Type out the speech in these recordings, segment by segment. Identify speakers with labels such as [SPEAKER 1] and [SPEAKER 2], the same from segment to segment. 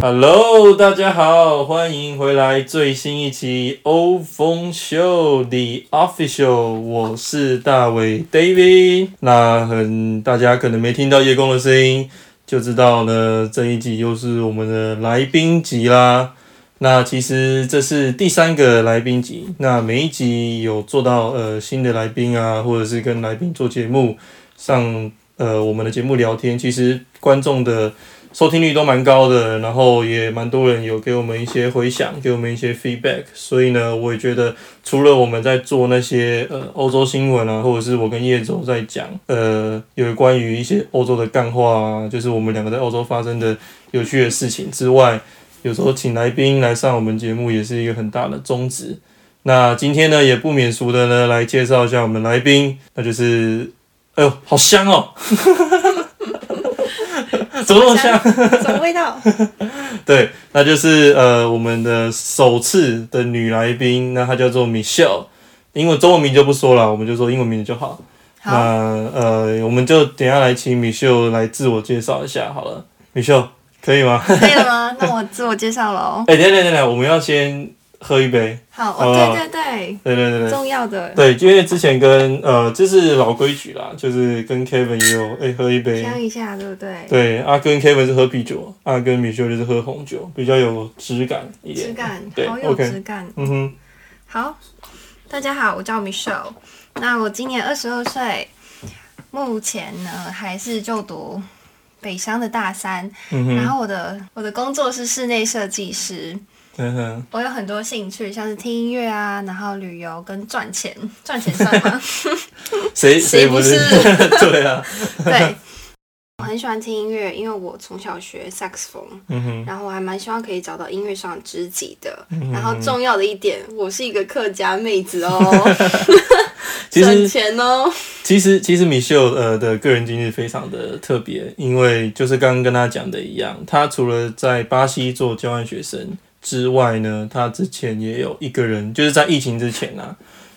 [SPEAKER 1] Hello，大家好，欢迎回来最新一期欧风秀 The Official，我是大伟 David。那很大家可能没听到叶公的声音，就知道呢这一集又是我们的来宾集啦。那其实这是第三个来宾集，那每一集有做到呃新的来宾啊，或者是跟来宾做节目上呃我们的节目聊天，其实观众的。收听率都蛮高的，然后也蛮多人有给我们一些回响，给我们一些 feedback。所以呢，我也觉得除了我们在做那些呃欧洲新闻啊，或者是我跟叶总在讲呃有关于一些欧洲的干话啊，就是我们两个在欧洲发生的有趣的事情之外，有时候请来宾来上我们节目也是一个很大的宗旨。那今天呢，也不免俗的呢，来介绍一下我们来宾，那就是，哎呦，好香哦！ 怎么那么香？
[SPEAKER 2] 什么味道？
[SPEAKER 1] 对，那就是呃我们的首次的女来宾，那她叫做 Michelle，英文中文名就不说了，我们就说英文名就好。那
[SPEAKER 2] 好，
[SPEAKER 1] 呃，我们就等一下来请 Michelle 来自我介绍一下好了，Michelle 可以吗？
[SPEAKER 2] 可以了吗？那我自我介绍喽。
[SPEAKER 1] 哎、等一下等一下等一下，我们要先喝一杯。
[SPEAKER 2] 好，
[SPEAKER 1] 好
[SPEAKER 2] 哦，对对
[SPEAKER 1] 对对对
[SPEAKER 2] 对，
[SPEAKER 1] 对。
[SPEAKER 2] 重要的，
[SPEAKER 1] 对，因为之前跟呃，这是老规矩啦，就是跟 Kevin 也有哎、喝一杯，
[SPEAKER 2] 香一下，对不对？
[SPEAKER 1] 对，阿、跟 Kevin 是喝啤酒，阿、跟 Michelle 就是喝红酒，比较有质感一点。
[SPEAKER 2] 质感，
[SPEAKER 1] 对
[SPEAKER 2] 好有
[SPEAKER 1] OK
[SPEAKER 2] 质感。
[SPEAKER 1] 嗯哼，
[SPEAKER 2] 好，大家好，我叫 Michelle，那我今年二十二岁，目前呢还是就读北商的大三，
[SPEAKER 1] 嗯
[SPEAKER 2] 然
[SPEAKER 1] 哼，
[SPEAKER 2] 后我的我的工作是室内设计师，
[SPEAKER 1] 嗯哼。
[SPEAKER 2] 我有很多兴趣，像是听音乐啊，然后旅游跟赚钱，赚钱算 吗？
[SPEAKER 1] 谁
[SPEAKER 2] 谁
[SPEAKER 1] 不
[SPEAKER 2] 不是
[SPEAKER 1] 对啊，
[SPEAKER 2] 对，我很喜欢听音乐，因为我从小学萨克斯风，
[SPEAKER 1] 嗯哼，
[SPEAKER 2] 然后我还蛮希望可以找到音乐上的知己的。
[SPEAKER 1] 嗯
[SPEAKER 2] 然后重要的一点，我是一个客家妹子 哦，
[SPEAKER 1] 其
[SPEAKER 2] 省
[SPEAKER 1] 实
[SPEAKER 2] 钱哦。
[SPEAKER 1] 其实其实米秀呃的个人经历非常的特别，因为就是刚刚跟他讲的一样，他除了在巴西做交换学生之外呢，他之前也有一个人，就是在疫情之前啊，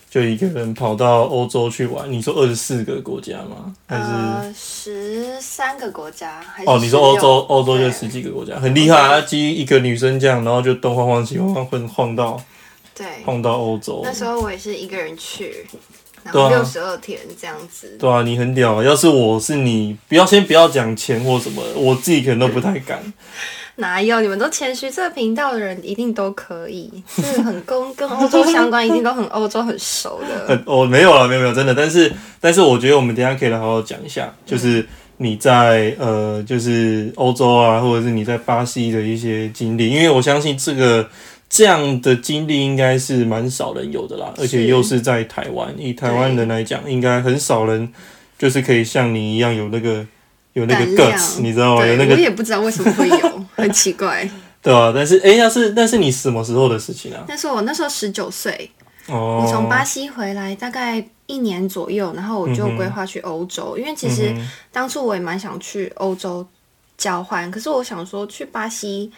[SPEAKER 1] 就一个人跑到欧洲去玩。你说二十四个国家吗？还是？
[SPEAKER 2] 呃，十三个国家还是
[SPEAKER 1] 哦，你说欧洲
[SPEAKER 2] 16，
[SPEAKER 1] 欧洲就
[SPEAKER 2] 对
[SPEAKER 1] 十几个国家，很厉害啊！基一个女生这样，然后就东晃晃西晃晃，混晃到
[SPEAKER 2] 对，
[SPEAKER 1] 晃到欧洲。
[SPEAKER 2] 那时候我也是一个人去，然
[SPEAKER 1] 对啊
[SPEAKER 2] 后六十二天这样子。
[SPEAKER 1] 对啊，你很屌啊。要是我是你，不要先不要讲钱或什么，我自己可能都不太
[SPEAKER 2] 嗯
[SPEAKER 1] 敢。
[SPEAKER 2] 哪有？你们都谦虚，这个频道的人一定都可以，是很跟跟欧洲相关，一定都很欧洲很熟的。
[SPEAKER 1] 呃，我、没有了，没有没有，真的。但是但是，我觉得我们等一下可以来好好讲一下，就是
[SPEAKER 2] 嗯
[SPEAKER 1] 你在呃，就是欧洲啊，或者是你在巴西的一些经历，因为我相信这个这样的经历应该是蛮少人有的啦，而且
[SPEAKER 2] 是
[SPEAKER 1] 又是在台湾，以台湾人来讲，应该很少人就是可以像你一样有那个有那个
[SPEAKER 2] 胆量
[SPEAKER 1] guts，你知道吗？有
[SPEAKER 2] 对，
[SPEAKER 1] 那个
[SPEAKER 2] 我也不知道为什么会有，很奇 怪。
[SPEAKER 1] 对啊，但是哎，那是那是你什么时候的事情啊？
[SPEAKER 2] 但是我那时候十九岁，
[SPEAKER 1] 哦，
[SPEAKER 2] 我从巴西回来大概一年左右，然后我就
[SPEAKER 1] 嗯哼
[SPEAKER 2] 规划去欧洲，因为其实
[SPEAKER 1] 嗯
[SPEAKER 2] 当初我也蛮想去欧洲交换，可是我想说去巴西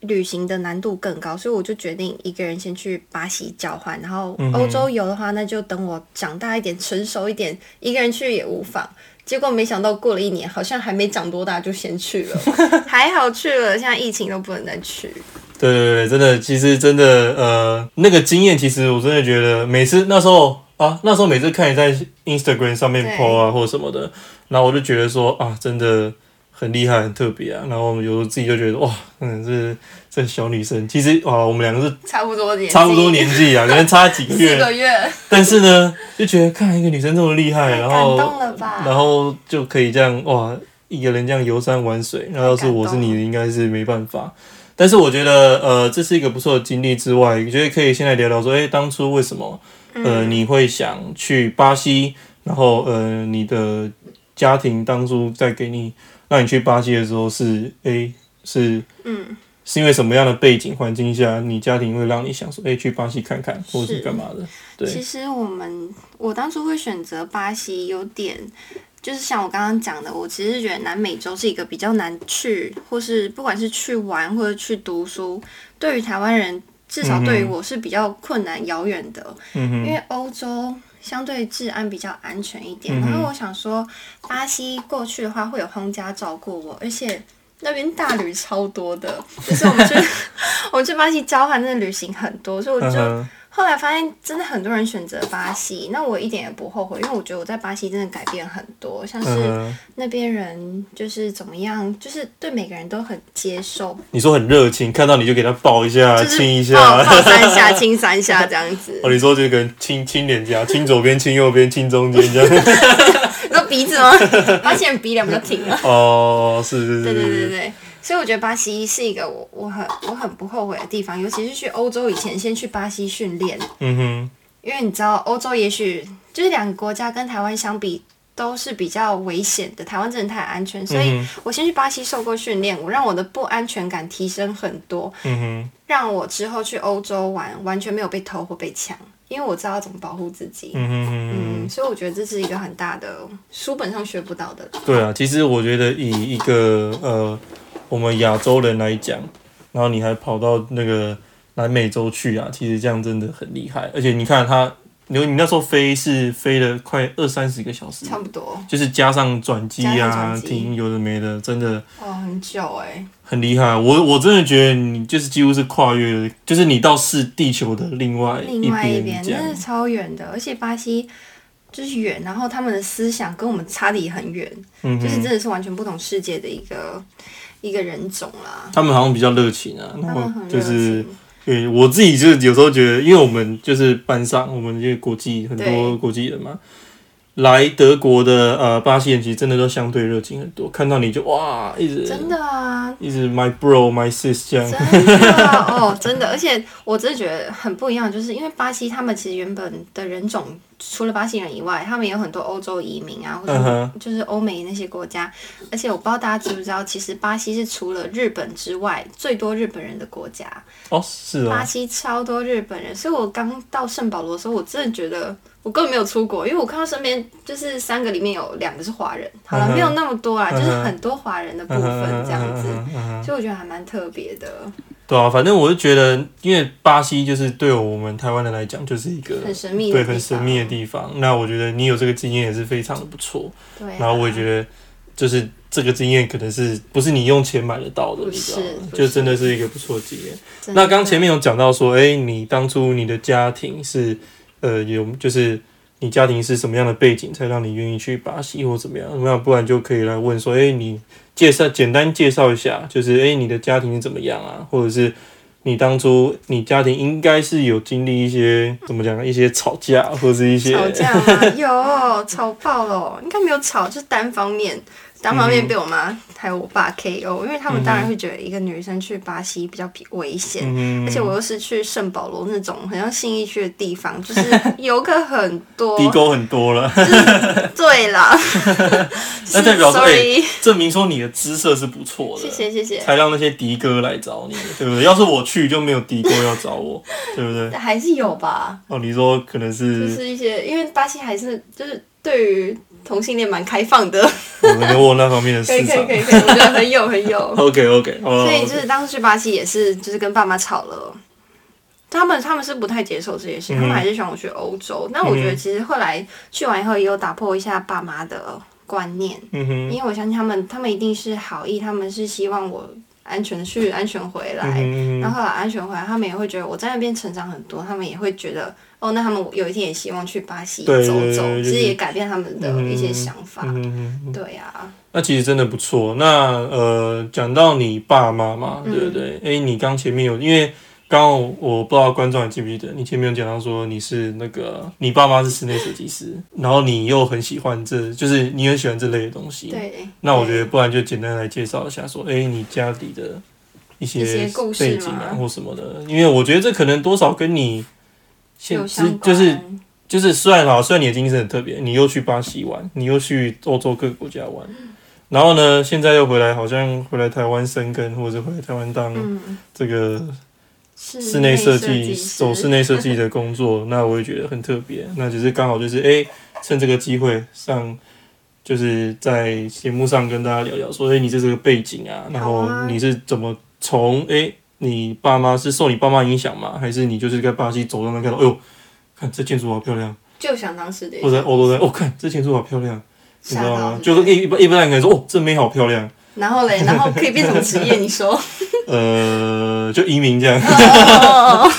[SPEAKER 2] 旅行的难度更高，所以我就决定一个人先去巴西交换，然后
[SPEAKER 1] 嗯哼
[SPEAKER 2] 欧洲游的话，那就等我长大一点、成熟一点，一个人去也无妨。结果没想到过了一年，好像还没长多大就先去了， 还好去了，现在疫情都不能再去。
[SPEAKER 1] 对对对，真的，其实真的，呃，那个经验，其实我真的觉得，每次那时候啊，那时候每次看你在 Instagram 上面
[SPEAKER 2] 对
[SPEAKER 1] po 啊或什么的，然后我就觉得说啊，真的很厉害，很特别啊。然后有时候自己就觉得哇，嗯，这这小女生，其实啊，我们两个是
[SPEAKER 2] 差不多年纪，
[SPEAKER 1] 差不多年纪啊，可能差几个
[SPEAKER 2] 四
[SPEAKER 1] 月，
[SPEAKER 2] 个月，
[SPEAKER 1] 但是呢，就觉得看一个女生这么厉害，
[SPEAKER 2] 太
[SPEAKER 1] 哎然
[SPEAKER 2] 感
[SPEAKER 1] 后
[SPEAKER 2] 动了吧
[SPEAKER 1] 然后就可以这样哇，一个人这样游山玩水。那要是我是你，应该是没办法。但是我觉得，呃，这是一个不错的经历之外，我觉得可以先来聊聊说，诶，当初为什么，呃，
[SPEAKER 2] 嗯
[SPEAKER 1] 你会想去巴西？然后，呃，你的家庭当初在给你让你去巴西的时候是，诶，是，
[SPEAKER 2] 嗯，
[SPEAKER 1] 是因为什么样的背景环境下，你家庭会让你想说，诶，哎去巴西看看，或者是
[SPEAKER 2] 是
[SPEAKER 1] 干嘛的？对，
[SPEAKER 2] 其实我们我当初会选择巴西，有点就是像我刚刚讲的，我其实觉得南美洲是一个比较难去，或是不管是去玩或者去读书，对于台湾人，至少对于
[SPEAKER 1] 嗯哼
[SPEAKER 2] 我是比较困难遥远的，
[SPEAKER 1] 嗯哼
[SPEAKER 2] 因。为欧洲。相对治安比较安全一点，
[SPEAKER 1] 嗯哼
[SPEAKER 2] 然后我想说，巴西过去的话会有皇家照顾我，而且那边大旅超多的，就是我 们去我们去巴西交换，真的旅行很多，所以我
[SPEAKER 1] 嗯
[SPEAKER 2] 就
[SPEAKER 1] 哼，
[SPEAKER 2] 后来发现，真的很多人选择巴西，那我一点也不后悔，因为我觉得我在巴西真的改变很多，像
[SPEAKER 1] 嗯
[SPEAKER 2] 是
[SPEAKER 1] 哼，
[SPEAKER 2] 那边人就是怎么样，就是对每个人都很接受，
[SPEAKER 1] 你说很热情，看到你就给他抱一下，
[SPEAKER 2] 就
[SPEAKER 1] 啊
[SPEAKER 2] 是
[SPEAKER 1] 亲一
[SPEAKER 2] 抱
[SPEAKER 1] 下。
[SPEAKER 2] 抱三下， 亲三下这样子
[SPEAKER 1] 哦，，你说这个亲亲脸颊，亲左边，亲右边，亲中间这样。
[SPEAKER 2] 你说鼻子吗？ 巴西人鼻梁比较挺啊。
[SPEAKER 1] 哦，是 是是
[SPEAKER 2] 对
[SPEAKER 1] 是
[SPEAKER 2] 对对
[SPEAKER 1] 是。
[SPEAKER 2] 对，所以我觉得巴西是一个我我很我很不后悔的地方，尤其是去欧洲以前，先去巴西训练，
[SPEAKER 1] 嗯哼，
[SPEAKER 2] 因为你知道欧洲也许就是两个国家跟台湾相比都是比较危险的，台湾真的太安全，所以
[SPEAKER 1] 嗯
[SPEAKER 2] 我先去巴西受过训练，我让我的不安全感提升很多，
[SPEAKER 1] 嗯
[SPEAKER 2] 让我之后去欧洲玩完全没有被偷或被抢，因为我知道怎么保护自己
[SPEAKER 1] 哼，。嗯哼嗯哼。
[SPEAKER 2] 嗯，所以我觉得这是一个很大的书本上学不到的啦。
[SPEAKER 1] 对啊，其实我觉得以一个呃，我们亚洲人来讲，然后你还跑到那个南美洲去啊，其实这样真的很厉害。而且你看他，你你那时候飞是飞了快二三十个小时，
[SPEAKER 2] 差不多
[SPEAKER 1] 就是加上转机
[SPEAKER 2] 加上
[SPEAKER 1] 啊、
[SPEAKER 2] 转机
[SPEAKER 1] 停有的没的，真的
[SPEAKER 2] 哦，很久哎、
[SPEAKER 1] 很厉害。我我真的觉得你就是几乎是跨越，就是你到是地球的另外
[SPEAKER 2] 另外一边
[SPEAKER 1] 这样
[SPEAKER 2] 真。的超远的，而且巴西就是远，然后他们的思想跟我们差的也很远，
[SPEAKER 1] 嗯
[SPEAKER 2] 就是真
[SPEAKER 1] 哼，
[SPEAKER 2] 的是完全不同世界的一个一个人种啦。
[SPEAKER 1] 他们好像比较热情啊，然
[SPEAKER 2] 他
[SPEAKER 1] 后
[SPEAKER 2] 们很
[SPEAKER 1] 就
[SPEAKER 2] 热
[SPEAKER 1] 是。
[SPEAKER 2] 情，
[SPEAKER 1] 对，我自己就是有时候觉得，因为我们就是班上，我们这个国际很多
[SPEAKER 2] 对
[SPEAKER 1] 国际人嘛，来德国的呃巴西人其实真的都相对热情很多，看到你就哇，一直
[SPEAKER 2] 真的啊，
[SPEAKER 1] 一直 my bro my sis 这样，
[SPEAKER 2] 真的啊哦，真的，而且我真的觉得很不一样，就是因为巴西他们其实原本的人种，除了巴西人以外，他们也有很多欧洲移民啊，或
[SPEAKER 1] 嗯哼
[SPEAKER 2] 者就是欧美那些国家。而且我不知道大家知不知道，其实巴西是除了日本之外最多日本人的国家。
[SPEAKER 1] 哦是
[SPEAKER 2] 巴
[SPEAKER 1] 哦，
[SPEAKER 2] 西超多日本人，所以我刚到圣保罗的时候，我真的觉得我根本没有出国，因为我看到身边就是三个里面有两个是华人，好
[SPEAKER 1] 嗯
[SPEAKER 2] 了，
[SPEAKER 1] 哼
[SPEAKER 2] 没有那么多啊，
[SPEAKER 1] 嗯哼
[SPEAKER 2] 就是很多华人的部
[SPEAKER 1] 嗯哼
[SPEAKER 2] 分这样子，
[SPEAKER 1] 嗯哼嗯哼
[SPEAKER 2] 所以我觉得还蛮特别的，
[SPEAKER 1] 对啊，反正我就觉得，因为巴西就是对我们台湾人来讲就是一个
[SPEAKER 2] 很神秘的
[SPEAKER 1] 对
[SPEAKER 2] 地方
[SPEAKER 1] 很神秘的地方，那我觉得你有这个经验也是非常的不错，
[SPEAKER 2] 对啊、
[SPEAKER 1] 然后我也觉得，就是这个经验可能是不是你用钱买得到的，
[SPEAKER 2] 不
[SPEAKER 1] 你知道吗
[SPEAKER 2] 是？不
[SPEAKER 1] 就是真的是一个不错的经验。
[SPEAKER 2] 真的
[SPEAKER 1] 那刚前面有讲到说，哎、你当初你的家庭是呃有就是你家庭是什么样的背景，才让你愿意去巴西或怎么样？那不然就可以来问说，哎、你介绍简单介绍一下，就是哎、你的家庭是怎么样啊，或者是。你当初你家庭应该是有经历一些怎么讲呢，一些吵架或是一些
[SPEAKER 2] 吵架吗？有吵爆了，应该没有吵，就是单方面。单
[SPEAKER 1] 嗯
[SPEAKER 2] 方面被我妈还有我爸 KO，因为他们当然会觉得一个女生去巴西比较比危险，
[SPEAKER 1] 嗯
[SPEAKER 2] 而且我又是去圣保罗那种很像信义区的地 方，就是游客很多。
[SPEAKER 1] 地沟很多了，
[SPEAKER 2] 对啦，
[SPEAKER 1] 那代表说，哎、
[SPEAKER 2] sorry，
[SPEAKER 1] 证明说你的姿色是不错的，
[SPEAKER 2] 谢谢谢谢。
[SPEAKER 1] 才让那些迪哥来找你，对 不对？要是我去，就没有迪哥要找我，对不对？
[SPEAKER 2] 还是有吧，
[SPEAKER 1] 哦，你说可能，
[SPEAKER 2] 就是是一些因为巴西还是就是对于同性恋蛮开放的，
[SPEAKER 1] 我们有我那方面的
[SPEAKER 2] 可以
[SPEAKER 1] 市
[SPEAKER 2] 可以
[SPEAKER 1] 场
[SPEAKER 2] 可。以可以，我觉得很 有很有。嗯
[SPEAKER 1] OK OK，哦
[SPEAKER 2] 所以就是当时去巴西也是，就是跟爸妈吵了。他们他们是不太接受这些事，
[SPEAKER 1] 嗯
[SPEAKER 2] 他们还是喜欢我去欧洲。但我觉得其实后来去完以后，也有打破一下爸妈的观念，
[SPEAKER 1] 嗯哼，
[SPEAKER 2] 因为我相信他们，他们一定是好意，他们是希望我安全地去，安全回
[SPEAKER 1] 嗯
[SPEAKER 2] 来。
[SPEAKER 1] 哼嗯
[SPEAKER 2] 然
[SPEAKER 1] 哼
[SPEAKER 2] 后后来安全回来，他们也会觉得我在那边成长很多，他们也会觉得哦，那他们有一天也希望去巴西
[SPEAKER 1] 对
[SPEAKER 2] 走
[SPEAKER 1] 对
[SPEAKER 2] 走，
[SPEAKER 1] 对
[SPEAKER 2] 其实
[SPEAKER 1] 就是
[SPEAKER 2] 也改变他们的一些想法。
[SPEAKER 1] 嗯哼嗯哼，
[SPEAKER 2] 对啊，
[SPEAKER 1] 那其实真的不错。那呃，讲到你爸妈嘛，
[SPEAKER 2] 嗯
[SPEAKER 1] 对不对？哎、你刚前面有，因为刚刚我我不知道观众还记不记得，你前面有讲到说你是那个你爸妈是室内设计师，然后你又很喜欢这，就是你很喜欢这类的东西。
[SPEAKER 2] 对。
[SPEAKER 1] 那我觉得，不然就简单来介绍一下，说，哎、你家里的一
[SPEAKER 2] 一
[SPEAKER 1] 些
[SPEAKER 2] 些故事
[SPEAKER 1] 背景啊，
[SPEAKER 2] 吗
[SPEAKER 1] 或什么的，因为我觉得这可能多少跟你现
[SPEAKER 2] 有相
[SPEAKER 1] 知
[SPEAKER 2] 关
[SPEAKER 1] 就是就是，虽然好，虽然你的经历是很特别，你又去巴西玩，你又去欧洲各个国家玩，
[SPEAKER 2] 嗯
[SPEAKER 1] 然后呢，现在又回来，好像回来台湾生根，或者是回来台湾当
[SPEAKER 2] 嗯，
[SPEAKER 1] 这个室
[SPEAKER 2] 室
[SPEAKER 1] 内设
[SPEAKER 2] 计
[SPEAKER 1] 计走室
[SPEAKER 2] 师
[SPEAKER 1] 内设计的工作，那我也觉得很特别。那只是刚好就是诶，趁这个机会上，就是在节目上跟大家聊聊说，诶，你这这个背景啊，然
[SPEAKER 2] 好
[SPEAKER 1] 后
[SPEAKER 2] 啊
[SPEAKER 1] 你是怎么从诶，你爸妈是受你爸妈影响吗？还是你就是在巴西走到那看到，哎呦，看这建筑好漂亮，
[SPEAKER 2] 就想当时的
[SPEAKER 1] 或者在欧洲在哦，看这建筑好漂亮，你知
[SPEAKER 2] 吓
[SPEAKER 1] 道
[SPEAKER 2] 到
[SPEAKER 1] 吗？就是一一般一般人可能说哦，这美好漂亮，
[SPEAKER 2] 然后嘞，然后可以变什么职业？你说？
[SPEAKER 1] 呃，就移民这样
[SPEAKER 2] 哦，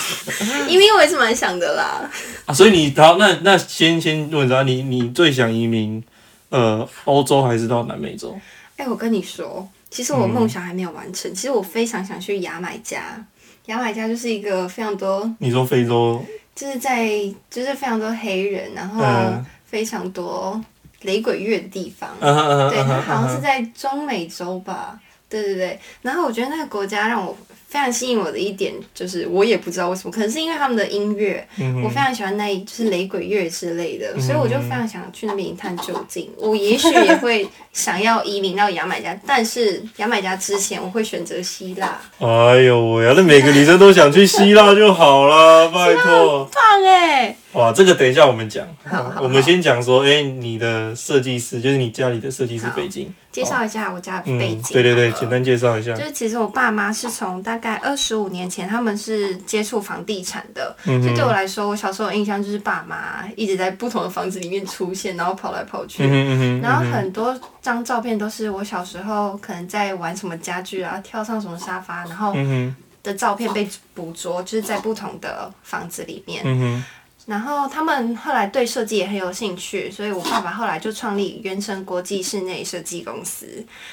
[SPEAKER 2] 移民我也是蛮想的啦。
[SPEAKER 1] 啊。所以你好，那那先先问一下，你你最想移民呃欧洲还是到南美洲？
[SPEAKER 2] 哎、我跟你说，其实我
[SPEAKER 1] 嗯
[SPEAKER 2] 梦想还没有完成。其实我非常想去牙买加，牙买加就是一个非常多，
[SPEAKER 1] 你说非洲，
[SPEAKER 2] 就是在就是非常多黑人，然后
[SPEAKER 1] 嗯
[SPEAKER 2] 非常多雷鬼乐的地方。
[SPEAKER 1] 嗯哼嗯哼
[SPEAKER 2] 对，
[SPEAKER 1] 嗯
[SPEAKER 2] 它
[SPEAKER 1] 哼
[SPEAKER 2] 好像
[SPEAKER 1] 嗯
[SPEAKER 2] 是
[SPEAKER 1] 哼，
[SPEAKER 2] 在中美洲吧？对对对。然后我觉得那个国家让我非常吸引我的一点，就是我也不知道为什么，可能是因为他们的音乐，
[SPEAKER 1] 嗯哼
[SPEAKER 2] 我非常喜欢那一就是雷鬼乐之类的，所以我就非常想去那边一探究竟。我也许也 会想要移民到牙买加，但是牙买加之前我会选择希腊。
[SPEAKER 1] 哎呦喂啊，那每个女生都想去希腊就好了，拜托。
[SPEAKER 2] 棒哎！
[SPEAKER 1] 哇，这个等一下我们讲。
[SPEAKER 2] 好好
[SPEAKER 1] 我们先讲说，哎、你的设计师就是你家里的设计师
[SPEAKER 2] 好
[SPEAKER 1] 背景。
[SPEAKER 2] 介绍一下我家的
[SPEAKER 1] 嗯
[SPEAKER 2] 背，景。
[SPEAKER 1] 对对对，简。单介绍一下
[SPEAKER 2] 就。是其实我爸妈是从大概二十五年前，他们是接触房地产的，
[SPEAKER 1] 嗯
[SPEAKER 2] 所以对我
[SPEAKER 1] 哼，
[SPEAKER 2] 来说，我小时候的印象就是爸妈一直在不同的房子里面出现，然后跑来跑去。
[SPEAKER 1] 嗯哼嗯哼，
[SPEAKER 2] 然后
[SPEAKER 1] 嗯哼
[SPEAKER 2] 很多张照片都是我小时候可能在玩什么家具啊，跳上什么沙发，然后
[SPEAKER 1] 嗯哼
[SPEAKER 2] 的照片被捕捉，就是在不同的房子里面。
[SPEAKER 1] 嗯哼
[SPEAKER 2] 然后他们后来对设计也很有兴趣，所以我爸爸后来就创立原神国际室内设计公司。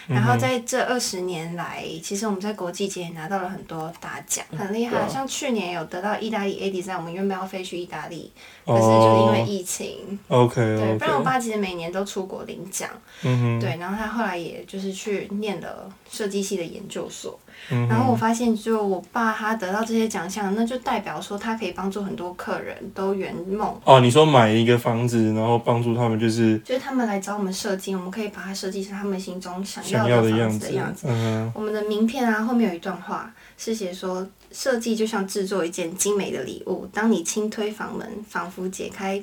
[SPEAKER 1] 嗯
[SPEAKER 2] 然后在这二十年来，其实我们在国际界也拿到了很多大奖，
[SPEAKER 1] 嗯
[SPEAKER 2] 很厉
[SPEAKER 1] 啊
[SPEAKER 2] 害。像去年有得到意大利 A D 在我们原本要飞去意大利，可是就是因为疫情，
[SPEAKER 1] 哦，OK
[SPEAKER 2] 对，不然我
[SPEAKER 1] OK，
[SPEAKER 2] 爸其实每年都出国领奖，
[SPEAKER 1] 嗯哼，
[SPEAKER 2] 对。然后他后来也就是去念了设计系的研究所，
[SPEAKER 1] 嗯
[SPEAKER 2] 然后我
[SPEAKER 1] 哼，
[SPEAKER 2] 发现，就我爸他得到这些奖项，那就代表说他可以帮助很多客人都圆梦，
[SPEAKER 1] 哦，你说买一个房子，然后帮助他们就是
[SPEAKER 2] 就是他们来找我们设计，我们可以把它设计成他们心中想
[SPEAKER 1] 想
[SPEAKER 2] 要
[SPEAKER 1] 的
[SPEAKER 2] 房
[SPEAKER 1] 样
[SPEAKER 2] 子的样子。
[SPEAKER 1] 嗯
[SPEAKER 2] 我们的名片啊，后面有一段话是写说，设计就像制作一件精美的礼物，当你轻推房门，仿佛解开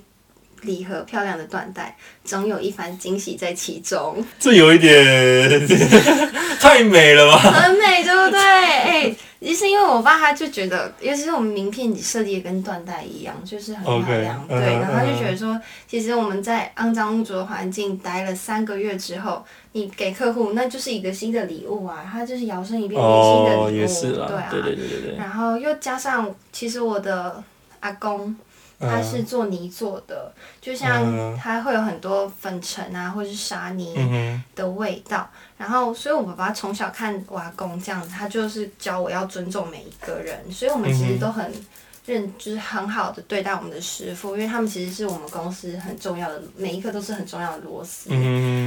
[SPEAKER 2] 礼盒漂亮的缎带，总有一番惊喜在其中。
[SPEAKER 1] 哼，这有一 点太美了吧？
[SPEAKER 2] 很美，对不对？哎、就是因为我爸他就觉得，尤其是我们名片设计也跟缎带一样，就是很漂亮
[SPEAKER 1] OK，
[SPEAKER 2] 对。
[SPEAKER 1] 嗯
[SPEAKER 2] 然后他就觉得说，其实我们在肮脏污浊的环境待了三个月之后，你给客户那就是一个新的礼物啊，他就是摇身一变变新的礼物，
[SPEAKER 1] 哦，也是
[SPEAKER 2] 对啊
[SPEAKER 1] 啦，对对对对对，
[SPEAKER 2] 然后又加上，其实我的阿公。他是做泥做的，就像
[SPEAKER 1] 嗯
[SPEAKER 2] 他会有很多粉尘啊，或是沙泥，
[SPEAKER 1] 嗯哼，
[SPEAKER 2] 的味道。然后，所以我爸爸从小看我阿公这样子，他就是教我要尊重每一个人，所以我们其实
[SPEAKER 1] 嗯哼
[SPEAKER 2] 都很认，就是很好的对待我们的师傅，因为他们其实是我们公司很重要的，每一个都是很重要的螺丝。
[SPEAKER 1] 嗯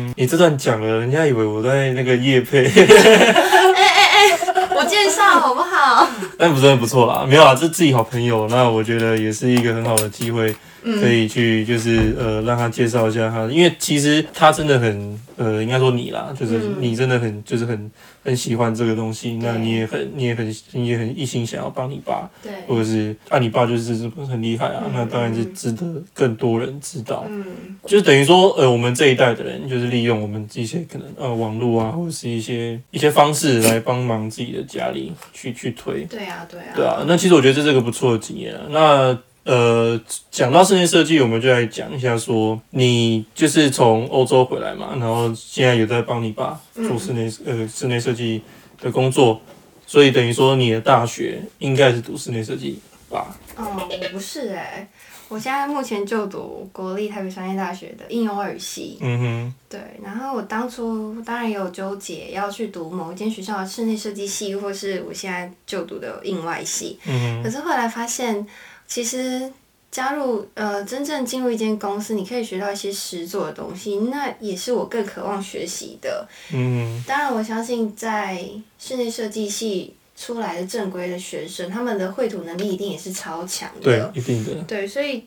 [SPEAKER 1] 哼，你这段讲了，人家以为我在那个夜配。
[SPEAKER 2] 我介绍好不好？
[SPEAKER 1] 但不是很不错啊啦，没有啦，是自己好朋友，那我觉得也是一个很好的机会，
[SPEAKER 2] 嗯
[SPEAKER 1] 可以去就是呃让他介绍一下他，因为其实他真的很呃，应该说你啦，就是
[SPEAKER 2] 嗯
[SPEAKER 1] 你真的很就是很很喜欢这个东西，那
[SPEAKER 2] 对
[SPEAKER 1] 你也很你也很你也很一心想要帮你爸，
[SPEAKER 2] 对，
[SPEAKER 1] 或者是啊你爸就是很厉害啊，
[SPEAKER 2] 嗯
[SPEAKER 1] 那当然是值得更多人知道，
[SPEAKER 2] 嗯，
[SPEAKER 1] 就是等于说，呃，我们这一代的人，就是利用我们一些可能呃网络啊，或者是一些一些方式来帮忙自己的家里去去推。
[SPEAKER 2] 对啊，对啊，
[SPEAKER 1] 对啊，那其实我觉得这是个不错的经验啊。那呃，讲到室内设计，我们就来讲一下说，你就是从欧洲回来嘛，然后现在有在帮你爸做室内、呃室内设计的工作，所以等于说你的大学应该是读室内设计吧？
[SPEAKER 2] 嗯，我不是哎、我现在目前就读国立台北商业大学的应用外语系。
[SPEAKER 1] 嗯
[SPEAKER 2] 对，然后我当初当然也有纠结要去读某一间学校的室内设计系，或是我现在就读的印外系
[SPEAKER 1] 哼，。嗯
[SPEAKER 2] 可是后来发现，其实加入呃真正进入一间公司，你可以学到一些实作的东西，那也是我更渴望学习的。
[SPEAKER 1] 哼，嗯
[SPEAKER 2] 当然，我相信在室内设计系出来的正规的学生，他们的绘图能力一定也是超强
[SPEAKER 1] 哼，
[SPEAKER 2] 的。
[SPEAKER 1] 对，一定的，
[SPEAKER 2] 对，啊所以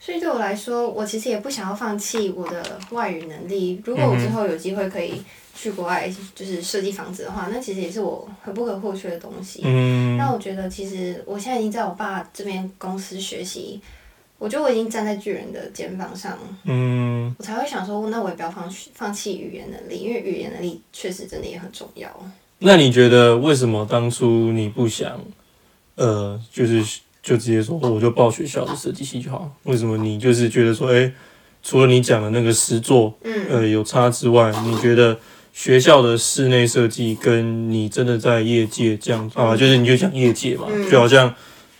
[SPEAKER 2] 所以对我来说，我其实也不想要放弃我的外语能力。如
[SPEAKER 1] 嗯
[SPEAKER 2] 果我之后有机会可以去国外，就是设计房子的话，那其实也是我很不可或缺的东西。
[SPEAKER 1] 嗯
[SPEAKER 2] 那我觉得，其实我现在已经在我爸这边公司学习，我觉得我已经站在巨人的肩膀上，
[SPEAKER 1] 嗯，
[SPEAKER 2] 我才会想说，那我也不要放弃放弃语言能力，因为语言能力确实真的也很重要。
[SPEAKER 1] 那你觉得为什么当初你不想呃，就是就直接说哦我就报学校的设计系就好？为什么你就是觉得说，哎、除了你讲的那个实作
[SPEAKER 2] 嗯，
[SPEAKER 1] 呃有差之外，你觉得学校的室内设计跟你真的在业界这样啊，就是你就讲业界嘛，
[SPEAKER 2] 嗯
[SPEAKER 1] 就好像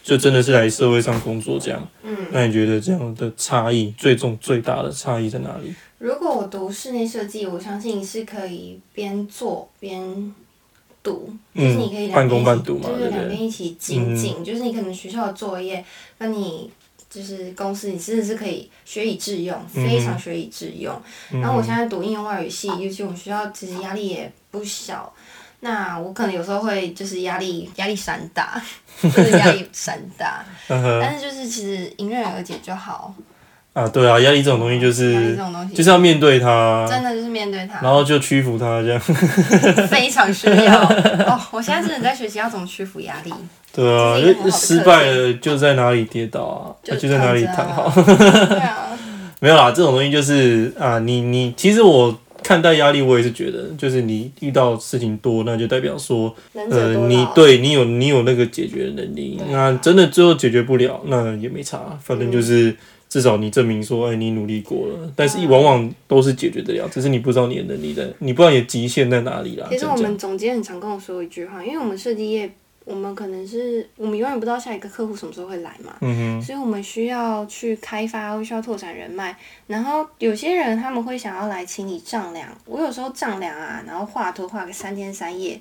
[SPEAKER 1] 就真的是来社会上工作这样。
[SPEAKER 2] 嗯，
[SPEAKER 1] 那你觉得这样的差异最重最大的差异在哪里？
[SPEAKER 2] 如果我读室内设计，我相信是可以边做边读，就是你可以
[SPEAKER 1] 嗯，
[SPEAKER 2] 两边
[SPEAKER 1] 半工半读嘛，对嗯
[SPEAKER 2] 一起对，
[SPEAKER 1] 不
[SPEAKER 2] 两
[SPEAKER 1] 对？
[SPEAKER 2] 边一起精进，就是你可能学校的作业跟你。就是公司，你真的是可以学以致用，
[SPEAKER 1] 嗯
[SPEAKER 2] 非常学以致用。然后我现在读应用外语系，尤其我们学校其实压力也不小。那我可能有时候会就是压力压力山 大，就是压力山大。
[SPEAKER 1] 嗯哼
[SPEAKER 2] 但是就是其实迎刃而解就好。
[SPEAKER 1] 啊，对啊，压力这种东西就
[SPEAKER 2] 压力这
[SPEAKER 1] 是
[SPEAKER 2] 种东西，
[SPEAKER 1] 就是要面对它，
[SPEAKER 2] 真的就是啊面对它，
[SPEAKER 1] 然后就屈服它这样。
[SPEAKER 2] 非常需要。哦，我现在真的在学习要怎么屈服压力。
[SPEAKER 1] 对啊，
[SPEAKER 2] 这是一个很好
[SPEAKER 1] 就
[SPEAKER 2] 的
[SPEAKER 1] 失败了就在哪里跌倒啊，啊就在哪里躺好。
[SPEAKER 2] 躺着啊。对啊，
[SPEAKER 1] 没有啦，这种东西就是啊，你你其实我看待压力，我也是觉得，就是你遇到事情多，那就代表说，
[SPEAKER 2] 能者
[SPEAKER 1] 呃，
[SPEAKER 2] 多劳。啊
[SPEAKER 1] 你对你有你有那个解决的能力。
[SPEAKER 2] 对啊
[SPEAKER 1] 那真的最后解决不了，那也没差，啊反正就是。至少你证明说，哎、你努力过了，但是
[SPEAKER 2] 嗯
[SPEAKER 1] 往往都是解决得了，只是你不知道你的能力在，你不知道你的极限在哪里啦。
[SPEAKER 2] 其实
[SPEAKER 1] 这
[SPEAKER 2] 我
[SPEAKER 1] 样讲
[SPEAKER 2] 们总监很常跟我说一句话，因为我们设计业，我们可能是我们永远不知道下一个客户什么时候会来嘛，
[SPEAKER 1] 嗯
[SPEAKER 2] 所以我们需要去开发，需要拓展人脉。然后有些人他们会想要来请你丈量，我有时候丈量啊，然后画图画个三天三夜，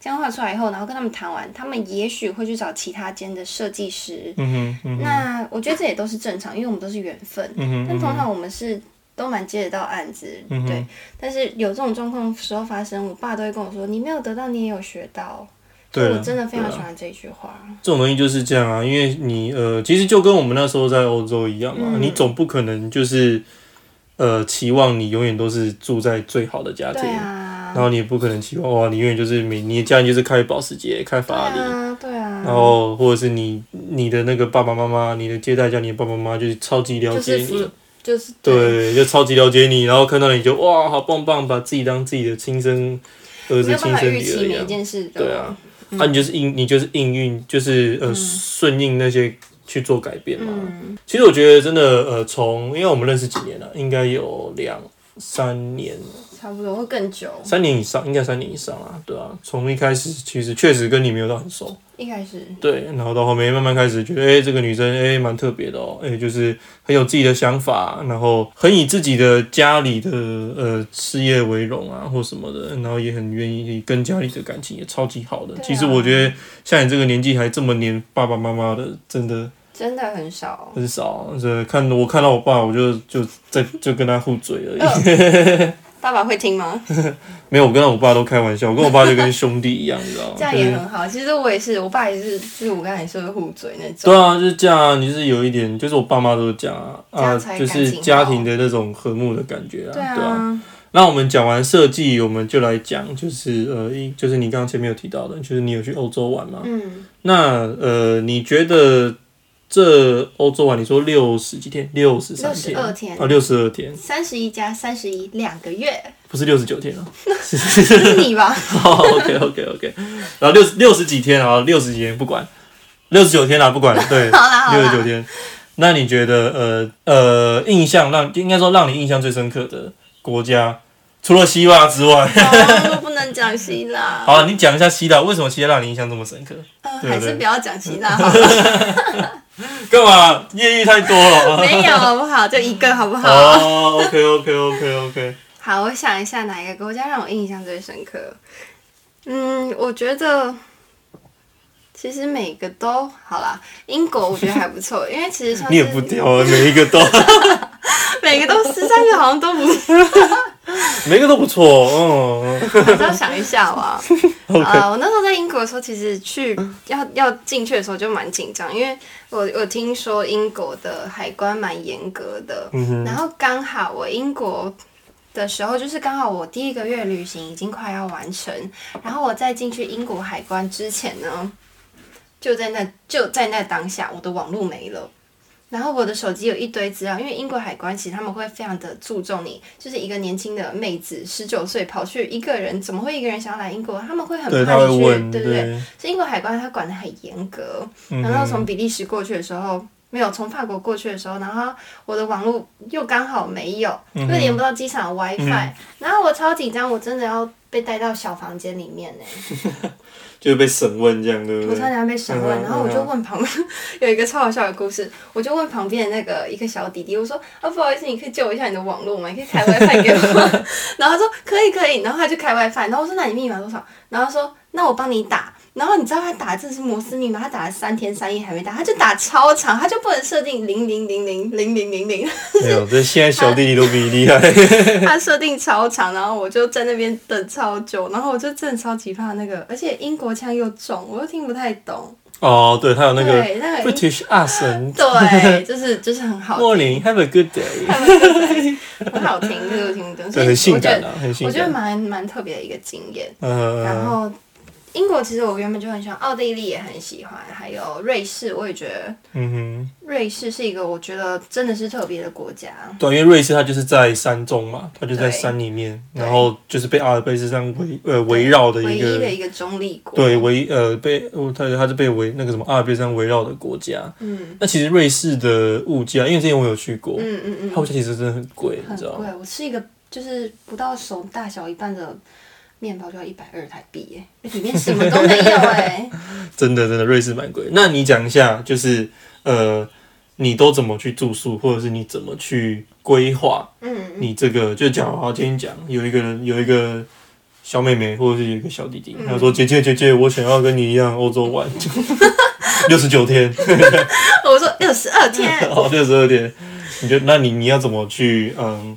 [SPEAKER 2] 这样画出来以后，然后跟他们谈完，他们也许会去找其他间的设计师。
[SPEAKER 1] 哼，嗯哼，嗯哼，
[SPEAKER 2] 那我觉得这也都是正常，因为我们都是缘分。
[SPEAKER 1] 嗯哼，
[SPEAKER 2] 但
[SPEAKER 1] 嗯
[SPEAKER 2] 通
[SPEAKER 1] 哼，
[SPEAKER 2] 常我们是都蛮接得到案子，
[SPEAKER 1] 嗯哼
[SPEAKER 2] 对。但是有这种状况时候发生，我爸都会跟我说：“你没有得到，你也有学到。”
[SPEAKER 1] 对
[SPEAKER 2] 我
[SPEAKER 1] 了
[SPEAKER 2] 真的非
[SPEAKER 1] 对啊了
[SPEAKER 2] 常喜欢这句话。
[SPEAKER 1] 这种东西就是这样啊，因为你呃，其实就跟我们那时候在欧洲一样嘛，啊
[SPEAKER 2] 嗯
[SPEAKER 1] 你总不可能就是呃期望你永远都是住在最好的家庭，
[SPEAKER 2] 对啊
[SPEAKER 1] 然，后你也不可能期望哇，你永远就是每你的家人就是开保时捷、开
[SPEAKER 2] 对
[SPEAKER 1] 法拉利，
[SPEAKER 2] 啊，对啊。
[SPEAKER 1] 然后或者是你你的那个爸爸妈妈、你的接待家、你的爸爸妈妈就是超级了
[SPEAKER 2] 就
[SPEAKER 1] 解
[SPEAKER 2] 是
[SPEAKER 1] 你。
[SPEAKER 2] 服就是
[SPEAKER 1] 对，就超级了解你，然后看到你就哇，好棒棒，把自己当自己的亲生儿
[SPEAKER 2] 没
[SPEAKER 1] 子、
[SPEAKER 2] 有办
[SPEAKER 1] 亲
[SPEAKER 2] 法
[SPEAKER 1] 生
[SPEAKER 2] 预
[SPEAKER 1] 女儿
[SPEAKER 2] 期
[SPEAKER 1] 一
[SPEAKER 2] 每一
[SPEAKER 1] 样。
[SPEAKER 2] 件事的。
[SPEAKER 1] 对啊，啊，你就是应你就是应运，就是呃顺应那些去做改变嘛。
[SPEAKER 2] 嗯，
[SPEAKER 1] 其实我觉得真的呃，从因为我们认识几年了，应该有两三年，
[SPEAKER 2] 差不多会更久。
[SPEAKER 1] 三年以上，应该三年以上啊，对啊。从一开始其实确实跟你没有到很熟，
[SPEAKER 2] 一开始，
[SPEAKER 1] 对，然后到后面慢慢开始觉得，哎、这个女生哎蛮、特别的哦，哎、就是很有自己的想法，然后很以自己的家里的呃事业为荣啊，或什么的，然后也很愿意跟家里的感情也超级好的。
[SPEAKER 2] 对啊
[SPEAKER 1] 其实我觉得像你这个年纪还这么黏爸爸妈妈的，真的
[SPEAKER 2] 真的 很少。
[SPEAKER 1] 很少。啊这看我看到我爸，我就就在就跟他互嘴而已。
[SPEAKER 2] 呃爸爸会听吗？
[SPEAKER 1] 没有，我跟我爸都开玩笑，我跟我爸就跟兄弟一样，你知道吗？
[SPEAKER 2] 这样
[SPEAKER 1] 就是
[SPEAKER 2] 也很好。其实我也是，我爸也是，就是我刚才说的互嘴那种。
[SPEAKER 1] 对啊，就是这样啊，你就是有一点，就是我爸妈都是这样啊，
[SPEAKER 2] 这
[SPEAKER 1] 啊
[SPEAKER 2] 样才，
[SPEAKER 1] 就
[SPEAKER 2] 感情好
[SPEAKER 1] 是家庭的那种和睦的感觉啊，
[SPEAKER 2] 对
[SPEAKER 1] 对啊。
[SPEAKER 2] 啊，
[SPEAKER 1] 那我们讲完设计，我们就来讲，就是呃，一就是你刚刚前面有提到的，就是你有去欧洲玩嘛？
[SPEAKER 2] 嗯，
[SPEAKER 1] 那呃，你觉得这欧洲玩，你说六十几天，六十三天，
[SPEAKER 2] 62天
[SPEAKER 1] 啊，六十二天，
[SPEAKER 2] 三十一加三十一，两个月，
[SPEAKER 1] 不是六十九天 啊。
[SPEAKER 2] 这是你 吧？
[SPEAKER 1] 好，OK OK OK，然后六十六十几天啊，六十几天不管，六十九天啦、不管，对，
[SPEAKER 2] 好啦好
[SPEAKER 1] 六
[SPEAKER 2] 啦
[SPEAKER 1] 十九天。那你觉得呃呃，印象让应该说让你印象最深刻的国家，除了希腊之外，
[SPEAKER 2] 哦，不能讲希腊，
[SPEAKER 1] 好，你讲一下希腊，为什么希腊让你印象这么深刻？
[SPEAKER 2] 嗯，
[SPEAKER 1] 对
[SPEAKER 2] 还
[SPEAKER 1] 对
[SPEAKER 2] 是不要讲希腊 好了，
[SPEAKER 1] 干嘛？艳遇太多了。
[SPEAKER 2] 没有好不好？就一 个好不好？
[SPEAKER 1] 哦，OK OK OK OK，
[SPEAKER 2] 好，我想一下哪一个国家让我印象最深刻？嗯，我觉得其实每个都好啦。英国我觉得还不错，因为其实像
[SPEAKER 1] 你也
[SPEAKER 2] 是
[SPEAKER 1] 不挑啊，每一个都
[SPEAKER 2] 每个都十三个好像都不错，
[SPEAKER 1] 每一个都不错，嗯嗯
[SPEAKER 2] 还是要想一下哇。
[SPEAKER 1] ，OK，
[SPEAKER 2] 啊，我那时候在英国的时候，其实去要要进去的时候就蛮紧张，因为我我听说英国的海关蛮严格的，
[SPEAKER 1] 嗯哼
[SPEAKER 2] 然后刚好我英国。的时候就是刚好我第一个月旅行已经快要完成，然后我在进去英国海关之前呢，就在那就在那当下我的网络没了，然后我的手机有一堆资料，因为英国海关其实他们会非常的注重你，就是一个年轻的妹子，十九岁跑去一个人，怎么会一个人想要来英国？他们会很
[SPEAKER 1] 对，
[SPEAKER 2] 怕
[SPEAKER 1] 他会
[SPEAKER 2] 你去，
[SPEAKER 1] 问，
[SPEAKER 2] 对不对？所以英国海关他管得很严格。
[SPEAKER 1] 嗯
[SPEAKER 2] 然后
[SPEAKER 1] 哼
[SPEAKER 2] 从比利时过去的时候，没有从法国过去的时候，然后我的网络又刚好没有，
[SPEAKER 1] 嗯
[SPEAKER 2] 又连不到机场的 WiFi，、然后我超紧张，我真的要被带到小房间里面呢、
[SPEAKER 1] 就被审问这样，对不
[SPEAKER 2] 我差
[SPEAKER 1] 对？
[SPEAKER 2] 点被审问，
[SPEAKER 1] 嗯
[SPEAKER 2] 然后我就问旁 有一个超好笑的故事，我就问旁边的那个一个小弟弟，我说啊不好意思，你可以借我一下你的网络吗？你可以开 WiFi 给我吗？ 然后他说可以可以，然后他就开 WiFi，然后我说那你密码多少？然后他说那我帮你打。然后你知道他打的这是摩斯密码，他打了三天三夜还没打，他就打超长，他就不能设定零零零零零零零 零，
[SPEAKER 1] 没有，这现在小弟弟都比你 厉害。
[SPEAKER 2] 他设定超长，然后我就在那边等超久，然后我就真的超级怕那个，而且英国腔又重，我又听不太懂。
[SPEAKER 1] 哦，对，他有那个
[SPEAKER 2] 对，那个英
[SPEAKER 1] British accent。
[SPEAKER 2] 对，就是就是很好听，
[SPEAKER 1] Morning, have a good day。
[SPEAKER 2] 很好听，这个听
[SPEAKER 1] 对，很性感啊，很性
[SPEAKER 2] 我觉
[SPEAKER 1] 感。
[SPEAKER 2] 得蛮蛮特别的一个经验。然
[SPEAKER 1] 呃，
[SPEAKER 2] 后英国其实我原本就很喜欢，奥地利也很喜欢，还有瑞士，我也觉得
[SPEAKER 1] 嗯
[SPEAKER 2] 瑞士是一个我觉得真的是特别的国家
[SPEAKER 1] 哼，。对，因为瑞士它就是在山中嘛，它就在
[SPEAKER 2] 对
[SPEAKER 1] 山里面，
[SPEAKER 2] 对
[SPEAKER 1] 然后就是被阿尔卑斯山围呃围绕的
[SPEAKER 2] 唯
[SPEAKER 1] 一
[SPEAKER 2] 一的
[SPEAKER 1] 个。
[SPEAKER 2] 一个中立国，
[SPEAKER 1] 对，围呃被哦它它是被围那个什么阿尔卑斯山围绕的国家。
[SPEAKER 2] 嗯
[SPEAKER 1] 那其实瑞士的物价，因为之前我有去过，
[SPEAKER 2] 嗯嗯
[SPEAKER 1] 它物
[SPEAKER 2] 嗯，
[SPEAKER 1] 价其实真的很贵，你
[SPEAKER 2] 很
[SPEAKER 1] 知道吗？
[SPEAKER 2] 贵。我吃一个就是不到手大小一半的面包就要一百二台币耶，里面什么都没有哎。
[SPEAKER 1] 真的真的瑞士蛮贵。那你讲一下，就是呃，你都怎么去住宿，或者是你怎么去规划
[SPEAKER 2] 嗯，嗯
[SPEAKER 1] 你这个？就讲好，今天讲有一个人有一个小妹妹，或者是有一个小弟弟，
[SPEAKER 2] 嗯
[SPEAKER 1] 他说：“姐姐姐姐，我想要跟你一样欧洲玩， 六十九天，
[SPEAKER 2] 我说六十二天，
[SPEAKER 1] 哦，六十二天。”你就那你你要怎么去嗯？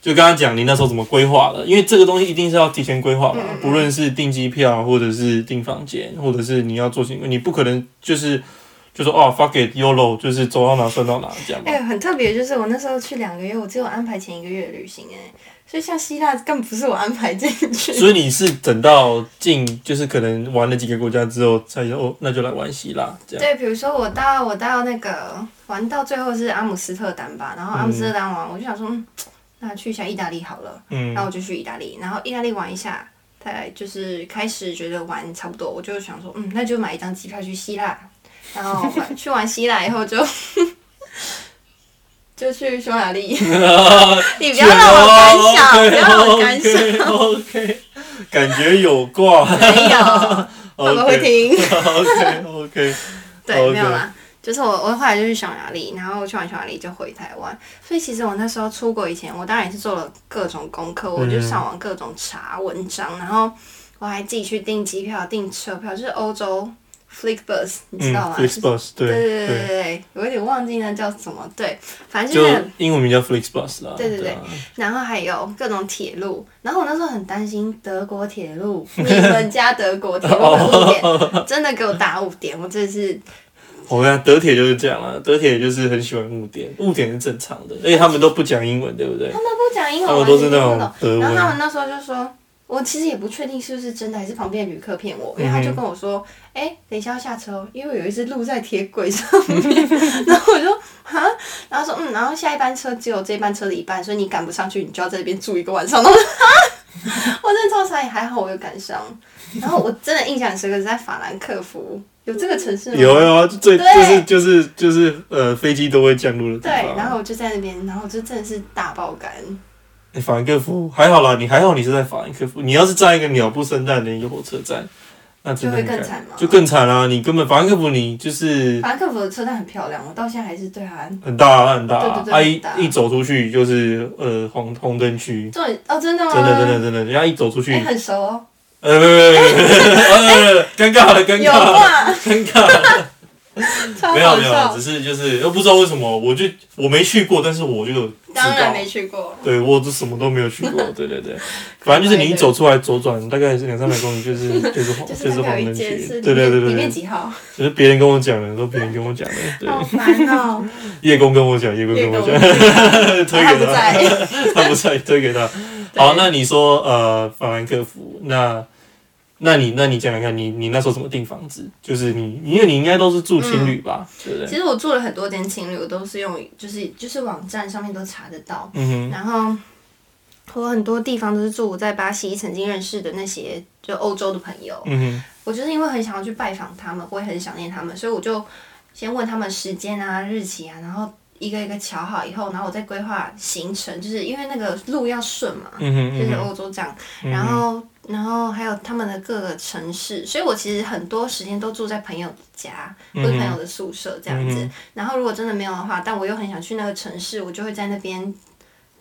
[SPEAKER 1] 就刚刚讲你那时候怎么规划的，因为这个东西一定是要提前规划嘛，
[SPEAKER 2] 嗯嗯
[SPEAKER 1] 不论是订机票，或者是订房间，或者是你要做行，你不可能就是就说哦 fuck it YOLO，就是走到哪算到哪这样嘛
[SPEAKER 2] 哎、。很特别，就是我那时候去两个月，我只有安排前一个月的旅行、哎，所以像希腊更不是我安排进 去。
[SPEAKER 1] 所以你是等到进就是可能玩了几个国家之后，才说哦那就来玩希腊这样。
[SPEAKER 2] 对，比如说我到我到那个玩到最后是阿姆斯特丹吧，然后阿姆斯特丹玩，我就想说，嗯那去一下意大利好了，
[SPEAKER 1] 嗯
[SPEAKER 2] 然 后我就去意大利，然后意大利玩一下，再就是开始觉得玩差不多，我就想说，嗯，那就买一张机票去希腊，然后玩去完希腊以后就 就去匈牙利， 你不要让我干 想，不要让我干想。
[SPEAKER 1] OK，感觉有挂。
[SPEAKER 2] 没有， 他们会
[SPEAKER 1] OK
[SPEAKER 2] 听。
[SPEAKER 1] OK OK，
[SPEAKER 2] 对，
[SPEAKER 1] OK
[SPEAKER 2] 没有啦。就是我，我后来就去匈牙利，然后去完匈牙利就回台湾。所以其实我那时候出国以前，我当然也是做了各种功课，我就上网各种查文章，然后我还自己去订机票、订车票，就是欧洲 Flixbus，你知
[SPEAKER 1] 嗯
[SPEAKER 2] 道吗？
[SPEAKER 1] ，Flixbus 对
[SPEAKER 2] 对对
[SPEAKER 1] 对
[SPEAKER 2] 对对。对，我有点忘记那叫什么。对，反正
[SPEAKER 1] 就
[SPEAKER 2] 就是，
[SPEAKER 1] 英文名叫 Flixbus 啦。
[SPEAKER 2] 对对对
[SPEAKER 1] 啊
[SPEAKER 2] 然后还有各种铁路。然后我那时候很担心德国铁路，你们家德国铁路的路点真的给我打五点，我真的是
[SPEAKER 1] 哦我跟你讲，德铁就是这样啦，德铁就是很喜欢误点，误点是正常的，而且他们都不讲英文，对不对
[SPEAKER 2] 他？们不讲英文，
[SPEAKER 1] 他们
[SPEAKER 2] 我
[SPEAKER 1] 都
[SPEAKER 2] 完
[SPEAKER 1] 是那
[SPEAKER 2] 全听
[SPEAKER 1] 种
[SPEAKER 2] 不懂。
[SPEAKER 1] 德文
[SPEAKER 2] 然后他们那时候就说，我其实也不确定是不是真的，还是旁边的旅客骗
[SPEAKER 1] 嗯
[SPEAKER 2] 我，因为他就跟我说，哎、等一下要下车哦，因为有一只鹿在铁轨上面。 然后我就啊，然后说嗯，然后下一班车只有这班车的一半，所以你赶不上去，你就要在这边住一个晚上。然后 我就啊，我真的超傻眼，还好我有赶上。然后我真的印象很深刻是在法兰克福，有这个城市吗？
[SPEAKER 1] 有有啊，最就是
[SPEAKER 2] 对
[SPEAKER 1] 就是就是呃，飞机都会降落的地
[SPEAKER 2] 对，
[SPEAKER 1] 方。
[SPEAKER 2] 然后我就在那边，然后我就真的是大爆肝。
[SPEAKER 1] 欸法兰克福还好啦，你还好，你是在法兰克福，你要是在一个鸟不生蛋的一个火车站，那真的很
[SPEAKER 2] 就会更惨吗
[SPEAKER 1] 就更惨啦、你根本法兰克福你就是
[SPEAKER 2] 法兰克福的车站很漂亮，我到现在还是对它
[SPEAKER 1] 很大、啊、很大、啊，
[SPEAKER 2] 对对对
[SPEAKER 1] 啊
[SPEAKER 2] 很大
[SPEAKER 1] 一一走出去就是呃红红灯区，
[SPEAKER 2] 重点哦，真的吗？
[SPEAKER 1] 真的真的真的，人家一走出去
[SPEAKER 2] 哎、，很熟哦，
[SPEAKER 1] 呃不不不不不，呃尴尬了尴
[SPEAKER 2] 有
[SPEAKER 1] 尬了
[SPEAKER 2] 话，
[SPEAKER 1] 尴尬了。
[SPEAKER 2] 超
[SPEAKER 1] 没有
[SPEAKER 2] 好
[SPEAKER 1] 没有，
[SPEAKER 2] 笑
[SPEAKER 1] 只。是就是又不知道为什么，我就我没去过，但是我就知道
[SPEAKER 2] 当然没去过，
[SPEAKER 1] 对我这什么都没有去过，对对 对，反正就是你一走出来左转，大概是两三百公里，就是 就是黄
[SPEAKER 2] 就是
[SPEAKER 1] 是
[SPEAKER 2] 代表
[SPEAKER 1] 黄
[SPEAKER 2] 一
[SPEAKER 1] 灯
[SPEAKER 2] 间是
[SPEAKER 1] 区，
[SPEAKER 2] 里
[SPEAKER 1] 对对
[SPEAKER 2] 面
[SPEAKER 1] 对
[SPEAKER 2] 里
[SPEAKER 1] 对，
[SPEAKER 2] 面几号，
[SPEAKER 1] 就是别人跟我讲的，都别人跟我讲的，对，
[SPEAKER 2] 好烦 哦。
[SPEAKER 1] 叶公跟我讲，叶公
[SPEAKER 2] 月
[SPEAKER 1] 跟
[SPEAKER 2] 跟
[SPEAKER 1] 我
[SPEAKER 2] 我
[SPEAKER 1] 讲，推
[SPEAKER 2] 他
[SPEAKER 1] 给
[SPEAKER 2] 不
[SPEAKER 1] 他，
[SPEAKER 2] 在，
[SPEAKER 1] 他不在，推给他。好，那你说呃，法兰克福，那那你那你讲讲看，你你那时候怎么订房子？就是你，因为你应该都是住情侣吧，对不对？
[SPEAKER 2] 嗯其实我住了很多间情侣，我都是用就是就是网站上面都查得到，
[SPEAKER 1] 嗯哼，
[SPEAKER 2] 然后我很多地方都是住我在巴西曾经认识的那些就欧洲的朋友，
[SPEAKER 1] 嗯
[SPEAKER 2] 我就是因为很想要去拜访他们，我也很想念他们，所以我就先问他们时间啊、日期啊，然后一个一个瞧好以后，然后我再规划行程，就是因为那个路要顺嘛，
[SPEAKER 1] 嗯哼
[SPEAKER 2] 就是
[SPEAKER 1] 嗯
[SPEAKER 2] 欧洲这样，
[SPEAKER 1] 哼，
[SPEAKER 2] 然后然后还有他们的各个城市，所以我其实很多时间都住在朋友家或者朋友的宿舍这样子。
[SPEAKER 1] 嗯
[SPEAKER 2] 然后如果真的没有的话，但我又很想去那个城市，我就会在那边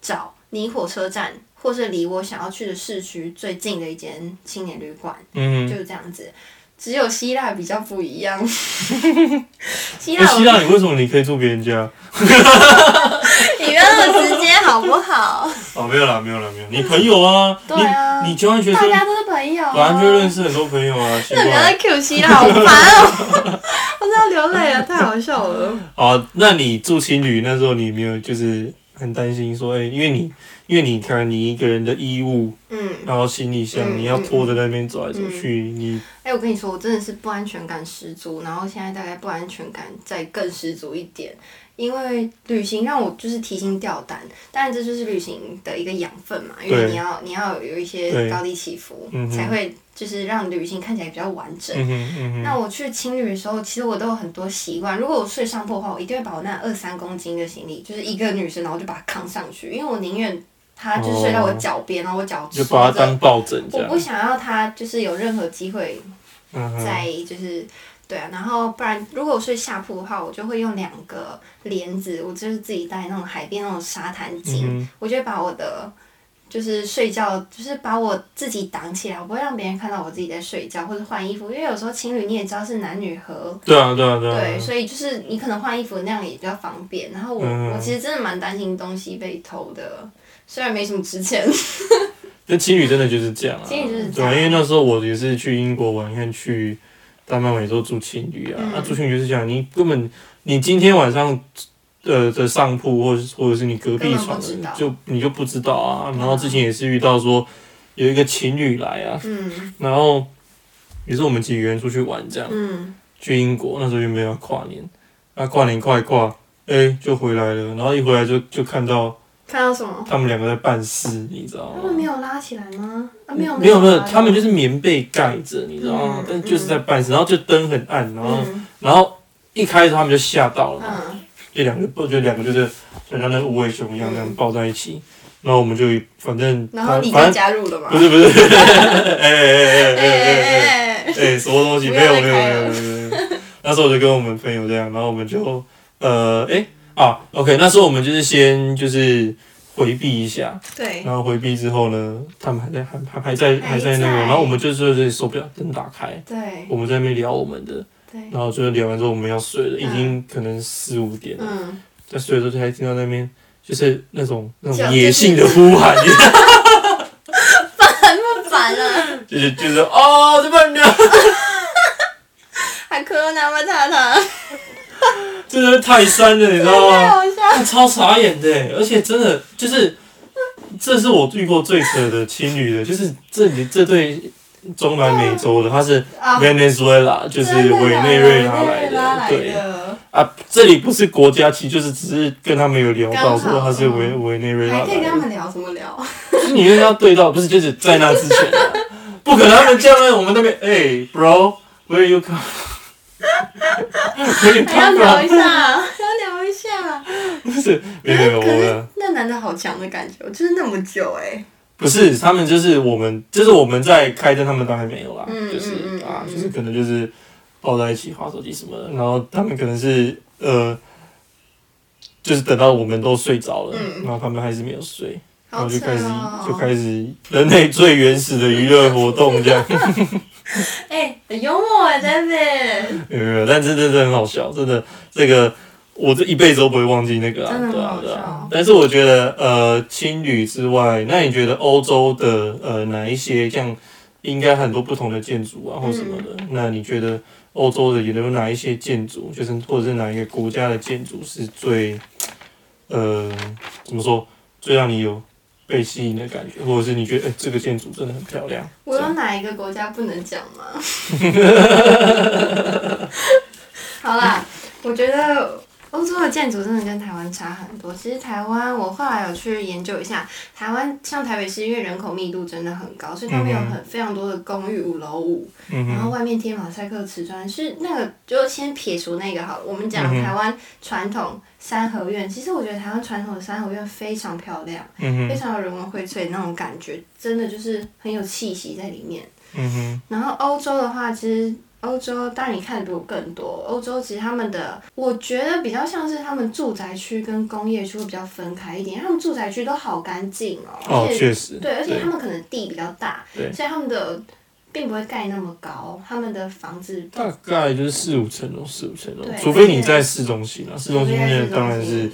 [SPEAKER 2] 找离火车站或是离我想要去的市区最近的一间青年旅馆，
[SPEAKER 1] 嗯
[SPEAKER 2] 就是这样子。只有希腊比较不一样，
[SPEAKER 1] 哼，
[SPEAKER 2] 希腊
[SPEAKER 1] 那
[SPEAKER 2] 我
[SPEAKER 1] 希腊你为什么你可以住别人家？
[SPEAKER 2] 你不要那么直接好不好？
[SPEAKER 1] 哦，没有啦，没有啦，没有，你朋友啊，
[SPEAKER 2] 对啊
[SPEAKER 1] 你你交换学
[SPEAKER 2] 大
[SPEAKER 1] 生，
[SPEAKER 2] 家都是朋友、啊，
[SPEAKER 1] 本来就认识很多朋友啊， 奇
[SPEAKER 2] 那不要
[SPEAKER 1] 怪
[SPEAKER 2] 再 Q 希腊，好烦哦！ 我真的要流泪了，太好笑了。
[SPEAKER 1] 哦，那你住情侣那时候，你有没有就是很担心说，哎、因为你因为你看你一个人的衣物，
[SPEAKER 2] 嗯，
[SPEAKER 1] 然后行李箱，
[SPEAKER 2] 嗯
[SPEAKER 1] 你要拖着那边走来走去，你
[SPEAKER 2] 哎、我跟你说，我真的是不安全感十足，然后现在大概不安全感再更十足一点，因为旅行让我就是提心吊胆，当然这就是旅行的一个养分嘛，因为
[SPEAKER 1] 对
[SPEAKER 2] 你要你要有一些
[SPEAKER 1] 对
[SPEAKER 2] 高低起伏
[SPEAKER 1] 嗯，哼
[SPEAKER 2] 才会就是让旅行看起来比较完整。
[SPEAKER 1] 嗯哼嗯
[SPEAKER 2] 那我去青旅的时候，其实我都有很多习惯。如果我睡上铺的话，我一定会把我那二三公斤的行李，就是一个女生，然后就把它扛上去，因为我宁愿它就是睡到我脚边，然后我脚
[SPEAKER 1] 哦哼，就把
[SPEAKER 2] 戳
[SPEAKER 1] 它当
[SPEAKER 2] 着，
[SPEAKER 1] 抱枕这
[SPEAKER 2] 我不
[SPEAKER 1] 样，
[SPEAKER 2] 想要它就是有任何机会
[SPEAKER 1] 嗯哼，
[SPEAKER 2] 在就是。对啊，然后不然如果我睡下铺的话，我就会用两个帘子，我就是自己带那种海边那种沙滩巾，
[SPEAKER 1] 嗯
[SPEAKER 2] 我就会把我的就是睡觉，就是把我自己挡起来，我不会让别人看到我自己在睡觉或者换衣服，因为有时候情侣你也知道是男女合，
[SPEAKER 1] 对啊对啊对
[SPEAKER 2] 对，
[SPEAKER 1] 啊，
[SPEAKER 2] 所以就是你可能换衣服那样也比较方便。然后我、
[SPEAKER 1] 嗯
[SPEAKER 2] 我其实真的蛮担心东西被偷的，虽然没什么值 钱，
[SPEAKER 1] 那情侣真的就是这样啊，
[SPEAKER 2] 情侣就是这
[SPEAKER 1] 对啊，
[SPEAKER 2] 样
[SPEAKER 1] 因为那时候我也是去英国玩，看去丹麦玩，也都住情侣啊，
[SPEAKER 2] 嗯
[SPEAKER 1] 那、住情侣就是这样，你根本你今天晚上。呃的上铺，或者是或者是你隔壁
[SPEAKER 2] 根本不
[SPEAKER 1] 床的
[SPEAKER 2] 知道，
[SPEAKER 1] 就你就不知道啊。
[SPEAKER 2] 对啊
[SPEAKER 1] 然后之前也是遇到说有一个情侣来啊，
[SPEAKER 2] 嗯
[SPEAKER 1] 然后也是我们几个人出去玩这样，
[SPEAKER 2] 嗯
[SPEAKER 1] 去英国那时候原本要跨年，那、跨年跨一跨，哎、就回来了，然后一回来就就看到
[SPEAKER 2] 看到什么？
[SPEAKER 1] 他们两个在办事，你知道
[SPEAKER 2] 他们没
[SPEAKER 1] 吗？
[SPEAKER 2] 有拉起来吗？啊，没有
[SPEAKER 1] 没有没有，
[SPEAKER 2] 拉起来
[SPEAKER 1] 他们就是棉被盖着，你知道吗？
[SPEAKER 2] 嗯
[SPEAKER 1] 但就是在办事，然后就灯很暗，然后、
[SPEAKER 2] 嗯
[SPEAKER 1] 然后一开始他们就吓到了嘛，
[SPEAKER 2] 嗯
[SPEAKER 1] 这两个不就两个就是就像那个无尾熊一样
[SPEAKER 2] 嗯
[SPEAKER 1] 这样抱在一起，然后我们就反正
[SPEAKER 2] 然后
[SPEAKER 1] 反
[SPEAKER 2] 你
[SPEAKER 1] 反
[SPEAKER 2] 就
[SPEAKER 1] 正
[SPEAKER 2] 加入了吗？
[SPEAKER 1] 不是不是，哎哎哎哎哎
[SPEAKER 2] 哎
[SPEAKER 1] 哎
[SPEAKER 2] 哎
[SPEAKER 1] 哎。
[SPEAKER 2] 哎哎，
[SPEAKER 1] 哎、什么东西？
[SPEAKER 2] 不
[SPEAKER 1] 没
[SPEAKER 2] 要
[SPEAKER 1] 有
[SPEAKER 2] 再
[SPEAKER 1] 没有没
[SPEAKER 2] 开了
[SPEAKER 1] 有没有没有。没有那时候我就跟我们朋友这样，然后我们就呃，哎、啊，OK，那时候我们就是先就是回避一下，
[SPEAKER 2] 对，
[SPEAKER 1] 然后回避之后呢，哎他们还在还还还在还
[SPEAKER 2] 还
[SPEAKER 1] 在那个，
[SPEAKER 2] 在
[SPEAKER 1] 然后我们就是就是手表灯打开，
[SPEAKER 2] 对
[SPEAKER 1] 我们在那边聊我们的，
[SPEAKER 2] 对，
[SPEAKER 1] 然后就是聊完之后我们要睡了，已
[SPEAKER 2] 嗯
[SPEAKER 1] 经可能四五点了，
[SPEAKER 2] 嗯，
[SPEAKER 1] 在睡的时候就还听到那边就是那种那
[SPEAKER 2] 就
[SPEAKER 1] 种野性的呼喊，
[SPEAKER 2] 烦啊了，
[SPEAKER 1] 就是就是哦，这伴娘。
[SPEAKER 2] 还磕那么大他，
[SPEAKER 1] 真的太酸了，你知道吗？
[SPEAKER 2] 好笑。
[SPEAKER 1] 那超傻眼的，而且真的就是，这是我遇过最扯的情侣的，就是这里这对中南
[SPEAKER 2] 嗯
[SPEAKER 1] 美洲的，他是
[SPEAKER 2] 啊，
[SPEAKER 1] Venezuela，就是委内瑞拉来的，对
[SPEAKER 2] 的，
[SPEAKER 1] 啊，这里不是国家，其实就是只是跟他们有聊到
[SPEAKER 2] 刚好
[SPEAKER 1] 说他是委
[SPEAKER 2] 嗯
[SPEAKER 1] 委内瑞拉
[SPEAKER 2] 还
[SPEAKER 1] 来
[SPEAKER 2] 可以跟他
[SPEAKER 1] 的，
[SPEAKER 2] 们聊什么聊？
[SPEAKER 1] 就是你跟他对到，不是就是在那 之前啊，不可能他们这样呢，我们那边哎、b r o w h e r e you come？有点
[SPEAKER 2] 还要
[SPEAKER 1] 看
[SPEAKER 2] 聊
[SPEAKER 1] 法
[SPEAKER 2] 一，下，还要聊一下。哎
[SPEAKER 1] 不是，没有没有，我
[SPEAKER 2] 可
[SPEAKER 1] 们
[SPEAKER 2] 是。那男的好强的感觉，就是那么久哎、
[SPEAKER 1] 不是，他们就是我们，就是我们在开灯，他们当然没有啦，
[SPEAKER 2] 嗯
[SPEAKER 1] 就是
[SPEAKER 2] 嗯嗯
[SPEAKER 1] 啊，
[SPEAKER 2] 嗯
[SPEAKER 1] 就是可能就是抱在一起划手机什么的，然后他们可能是呃，就是等到我们都睡着了，
[SPEAKER 2] 嗯
[SPEAKER 1] 然后他们还是没有睡，然
[SPEAKER 2] 好
[SPEAKER 1] 后就
[SPEAKER 2] 扯
[SPEAKER 1] 开始、就
[SPEAKER 2] 哦！
[SPEAKER 1] 开始人类最原始的娱乐活动这样，
[SPEAKER 2] 哎、很幽默哎、欸、，David，
[SPEAKER 1] 没有没有，但是真的很好笑，真的这个。我这一辈子都不会忘记那个啊，
[SPEAKER 2] 真的很
[SPEAKER 1] 对啊
[SPEAKER 2] 好
[SPEAKER 1] 对啊
[SPEAKER 2] 笑。
[SPEAKER 1] 但是我觉得，呃，青旅之外，那你觉得欧洲的呃哪一些像应该很多不同的建筑啊或什么
[SPEAKER 2] 嗯
[SPEAKER 1] 的？那你觉得欧洲的有有哪一些建筑，就是或者是哪一个国家的建筑是最呃怎么说最让你有被吸引的感觉，或者是你觉得、哎这个建筑真的很漂亮？
[SPEAKER 2] 我有哪一个国家不能讲 吗？好啦，我觉得欧洲的建筑真的跟台湾差很多。其实台湾我后来有去研究一下，台湾像台北市，因为人口密度真的很高，所以他们有很非常多的公寓五楼五，
[SPEAKER 1] 嗯
[SPEAKER 2] 然
[SPEAKER 1] 哼，
[SPEAKER 2] 后外面贴马赛克瓷砖。是那个就先撇除那个好了，我们讲
[SPEAKER 1] 嗯哼
[SPEAKER 2] 台湾传统三合院。其实我觉得台湾传统的三合院非常漂亮，
[SPEAKER 1] 嗯
[SPEAKER 2] 非
[SPEAKER 1] 哼，
[SPEAKER 2] 常有人文荟萃那种感觉，真的就是很有气息在里面。
[SPEAKER 1] 嗯哼，
[SPEAKER 2] 然后欧洲的话，其实欧洲当然你看的比我更多。欧洲其实他们的，我觉得比较像是他们住宅区跟工业区会比较分开一点，他们住宅区都好干净哦，
[SPEAKER 1] 哦，
[SPEAKER 2] 而且
[SPEAKER 1] 确实，
[SPEAKER 2] 对，而且他们可能地比较大，
[SPEAKER 1] 对
[SPEAKER 2] 所以他们的并不会盖那么高，他们的房子
[SPEAKER 1] 大概就是四五层楼，四五层楼
[SPEAKER 2] 对，
[SPEAKER 1] 除非你在市中心啊，市中心
[SPEAKER 2] 除非在
[SPEAKER 1] 现
[SPEAKER 2] 市
[SPEAKER 1] 在当然
[SPEAKER 2] 中
[SPEAKER 1] 是
[SPEAKER 2] 心，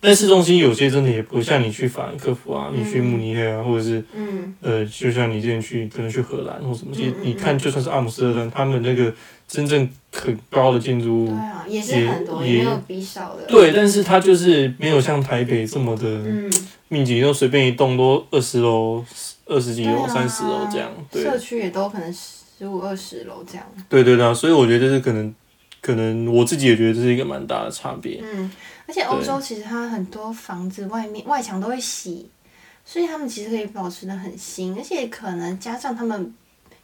[SPEAKER 1] 但市中心有些真的也不像你去法兰克福啊，你去慕尼黑啊，或者是
[SPEAKER 2] 嗯，
[SPEAKER 1] 呃，就像你之前去可能去荷兰或什么，其实
[SPEAKER 2] 嗯嗯嗯
[SPEAKER 1] 你看就算是阿姆斯特丹，他们那个真正很高的建筑
[SPEAKER 2] 对
[SPEAKER 1] 物，
[SPEAKER 2] 啊，也
[SPEAKER 1] 嗯
[SPEAKER 2] 是
[SPEAKER 1] 也
[SPEAKER 2] 很多，
[SPEAKER 1] 也
[SPEAKER 2] 也没有比少的，
[SPEAKER 1] 对，但是它就是没有像台北这么的
[SPEAKER 2] 嗯，
[SPEAKER 1] 密集，就随便一栋都二十楼、二十几
[SPEAKER 2] 对
[SPEAKER 1] 楼、
[SPEAKER 2] 啊
[SPEAKER 1] 三十楼这样，对，
[SPEAKER 2] 社区也都可能十五二十楼这样，
[SPEAKER 1] 对对对啊，所以我觉得这是可能，可能我自己也觉得这是一个蛮大的差别，
[SPEAKER 2] 嗯，而且欧洲其实它很多房子外面外墙都会洗，所以他们其实可以保持的很新，而且可能加上他们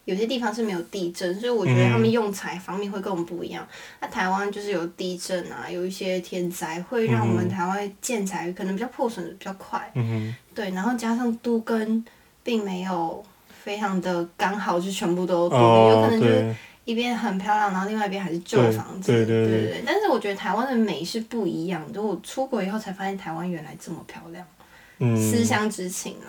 [SPEAKER 2] 有些地方是没有地震，所以我觉得
[SPEAKER 1] 嗯
[SPEAKER 2] 他们用材方面会跟我们不一样。那、台湾就是有地震啊，有一些天灾，会让我们
[SPEAKER 1] 嗯
[SPEAKER 2] 台湾建材可能比较破损的比较快，
[SPEAKER 1] 嗯
[SPEAKER 2] 对，然后加上都跟并没有。非常的刚好，就全部都
[SPEAKER 1] 哼，
[SPEAKER 2] 都有可
[SPEAKER 1] 哦，
[SPEAKER 2] 能就是
[SPEAKER 1] 对，
[SPEAKER 2] 一边很漂亮，然后另外一边还是旧
[SPEAKER 1] 对
[SPEAKER 2] 房子，
[SPEAKER 1] 对对
[SPEAKER 2] 对
[SPEAKER 1] 对
[SPEAKER 2] 对。但是我觉得台湾的美是不一样的，我出国以后才发现台湾原来这么漂亮，思
[SPEAKER 1] 嗯，
[SPEAKER 2] 乡之情啊，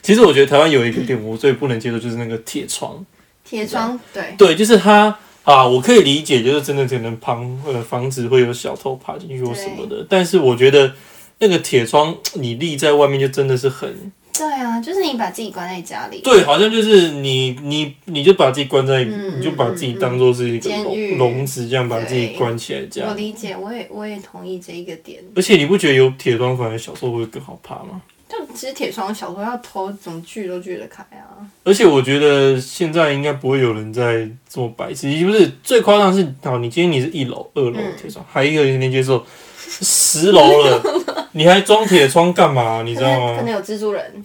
[SPEAKER 1] 其实我觉得台湾有一个点我最不能接受就是那个铁窗，
[SPEAKER 2] 铁窗对，
[SPEAKER 1] 对，就是它啊，我可以理解，就是真的可能旁呃房子会有小偷爬进去或什么的，但是我觉得那个铁窗你立在外面就真的是很
[SPEAKER 2] 对啊，就是你把自己关在家里，
[SPEAKER 1] 对，好像就是你你你就把自己关在，
[SPEAKER 2] 嗯
[SPEAKER 1] 你就把自己当做是一个
[SPEAKER 2] 监狱
[SPEAKER 1] 笼笼子这样把自己
[SPEAKER 2] 对
[SPEAKER 1] 关起来这
[SPEAKER 2] 我
[SPEAKER 1] 样。
[SPEAKER 2] 理解，我也我也同意这一个点。
[SPEAKER 1] 而且你不觉得有铁窗反而小时候会更好爬吗？
[SPEAKER 2] 就其实铁窗小时候要偷，怎么锯都锯得开啊。
[SPEAKER 1] 而且我觉得现在应该不会有人再这么白痴，不是最夸张的是，好，你今天你是一楼、二楼
[SPEAKER 2] 嗯
[SPEAKER 1] 铁窗，还有一个人能接受，十楼 了，你还装铁窗干嘛？你
[SPEAKER 2] 可
[SPEAKER 1] 知道
[SPEAKER 2] 能可
[SPEAKER 1] 吗？
[SPEAKER 2] 能有蜘蛛人，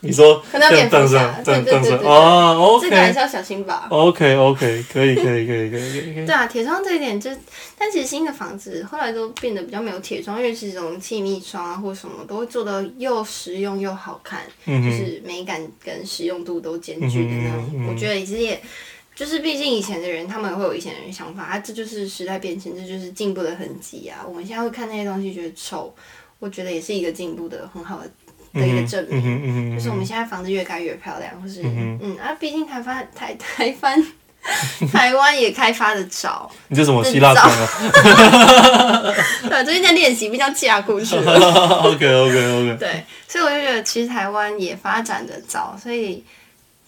[SPEAKER 1] 你说
[SPEAKER 2] 可能要电
[SPEAKER 1] 样
[SPEAKER 2] 风
[SPEAKER 1] 凳
[SPEAKER 2] 扇
[SPEAKER 1] 上，，这
[SPEAKER 2] 对
[SPEAKER 1] 样
[SPEAKER 2] 对
[SPEAKER 1] 凳
[SPEAKER 2] 对
[SPEAKER 1] 上
[SPEAKER 2] 对对，
[SPEAKER 1] 啊
[SPEAKER 2] 这个还
[SPEAKER 1] ，OK
[SPEAKER 2] 是要小心吧。
[SPEAKER 1] OK OK，可以可以可以可以可以，
[SPEAKER 2] 对啊，铁窗这一点就，但其实新的房子后来都变得比较没有铁窗，因为是这种气密窗啊或什么都会做的又实用又好看，
[SPEAKER 1] 嗯
[SPEAKER 2] 就
[SPEAKER 1] 哼，
[SPEAKER 2] 是美感跟实用度都兼具的那种。
[SPEAKER 1] 嗯哼嗯哼
[SPEAKER 2] 我觉得其实也，就是毕竟以前的人他们会有以前的人想法啊，这就是时代变迁，这就是进步的痕迹啊。我们现在会看那些东西觉得丑，我觉得也是一个进步的很好的的一个证明。
[SPEAKER 1] 嗯哼嗯哼，
[SPEAKER 2] 就是我们现在房子越盖越漂亮，或是嗯啊，毕竟台湾台台湾 台湾也开发的早，
[SPEAKER 1] 你这什么希腊风啊
[SPEAKER 2] 对，最近在练习，毕竟架故 事，
[SPEAKER 1] ？OK OK OK，
[SPEAKER 2] 对，所以我就觉得其实台湾也发展的早，所以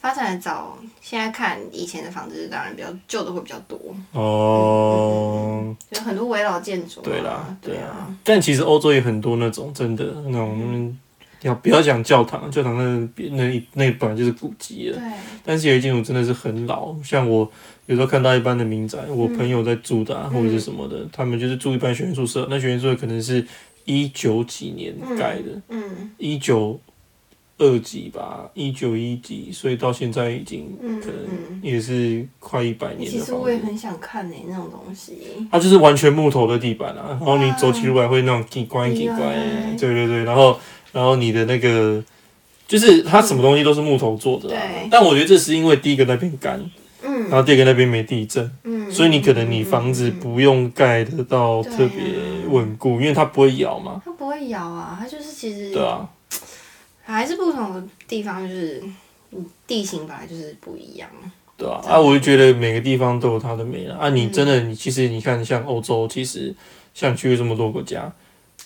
[SPEAKER 2] 发展的早，现在看以前的房子当然比较旧的会比较多，
[SPEAKER 1] 哦。
[SPEAKER 2] 有很多围绕建筑、啊，
[SPEAKER 1] 对啦，
[SPEAKER 2] 对
[SPEAKER 1] 对
[SPEAKER 2] 啊嗯
[SPEAKER 1] 啊，。但其实欧洲也很多那种真的那种，要不要讲教堂？教堂那那一那本来就是古迹了。
[SPEAKER 2] 对，
[SPEAKER 1] 但是有些建筑真的是很老，像我有时候看到一般的民宅，我朋友在住的、啊
[SPEAKER 2] 嗯
[SPEAKER 1] 或者是什么的，他们就是住一般学生宿舍，那学生宿舍可能是一九几年盖的，
[SPEAKER 2] 嗯
[SPEAKER 1] 一九二几吧，一九一几，所以到现在已经
[SPEAKER 2] 嗯
[SPEAKER 1] 可
[SPEAKER 2] 嗯
[SPEAKER 1] 能也是快一百
[SPEAKER 2] 欸
[SPEAKER 1] 年
[SPEAKER 2] 其
[SPEAKER 1] 的
[SPEAKER 2] 实
[SPEAKER 1] 房
[SPEAKER 2] 我也
[SPEAKER 1] 子。
[SPEAKER 2] 很想看呢、那种东西。
[SPEAKER 1] 它就是完全木头的地板啊，然后你走起路来会那种叽呱叽呱，
[SPEAKER 2] 哎
[SPEAKER 1] 对对对，然后然后你的那个就是它什么东西都是木头做的、啊
[SPEAKER 2] 对，
[SPEAKER 1] 但我觉得这是因为第一个那边干，然
[SPEAKER 2] 嗯
[SPEAKER 1] 后第二个那边没地震，
[SPEAKER 2] 嗯，
[SPEAKER 1] 啊所以你可能你房子
[SPEAKER 2] 嗯嗯嗯嗯
[SPEAKER 1] 不用盖得到特别稳固，因为它不会摇嘛，
[SPEAKER 2] 它不会咬啊，它就是其实
[SPEAKER 1] 对啊，
[SPEAKER 2] 还是不同的地方，就是嗯地形本来就是不一样。
[SPEAKER 1] 对啊，啊，我就觉得每个地方都有它的美了啊。你真的，你其实你看，像欧洲，其实像去过这么多国家，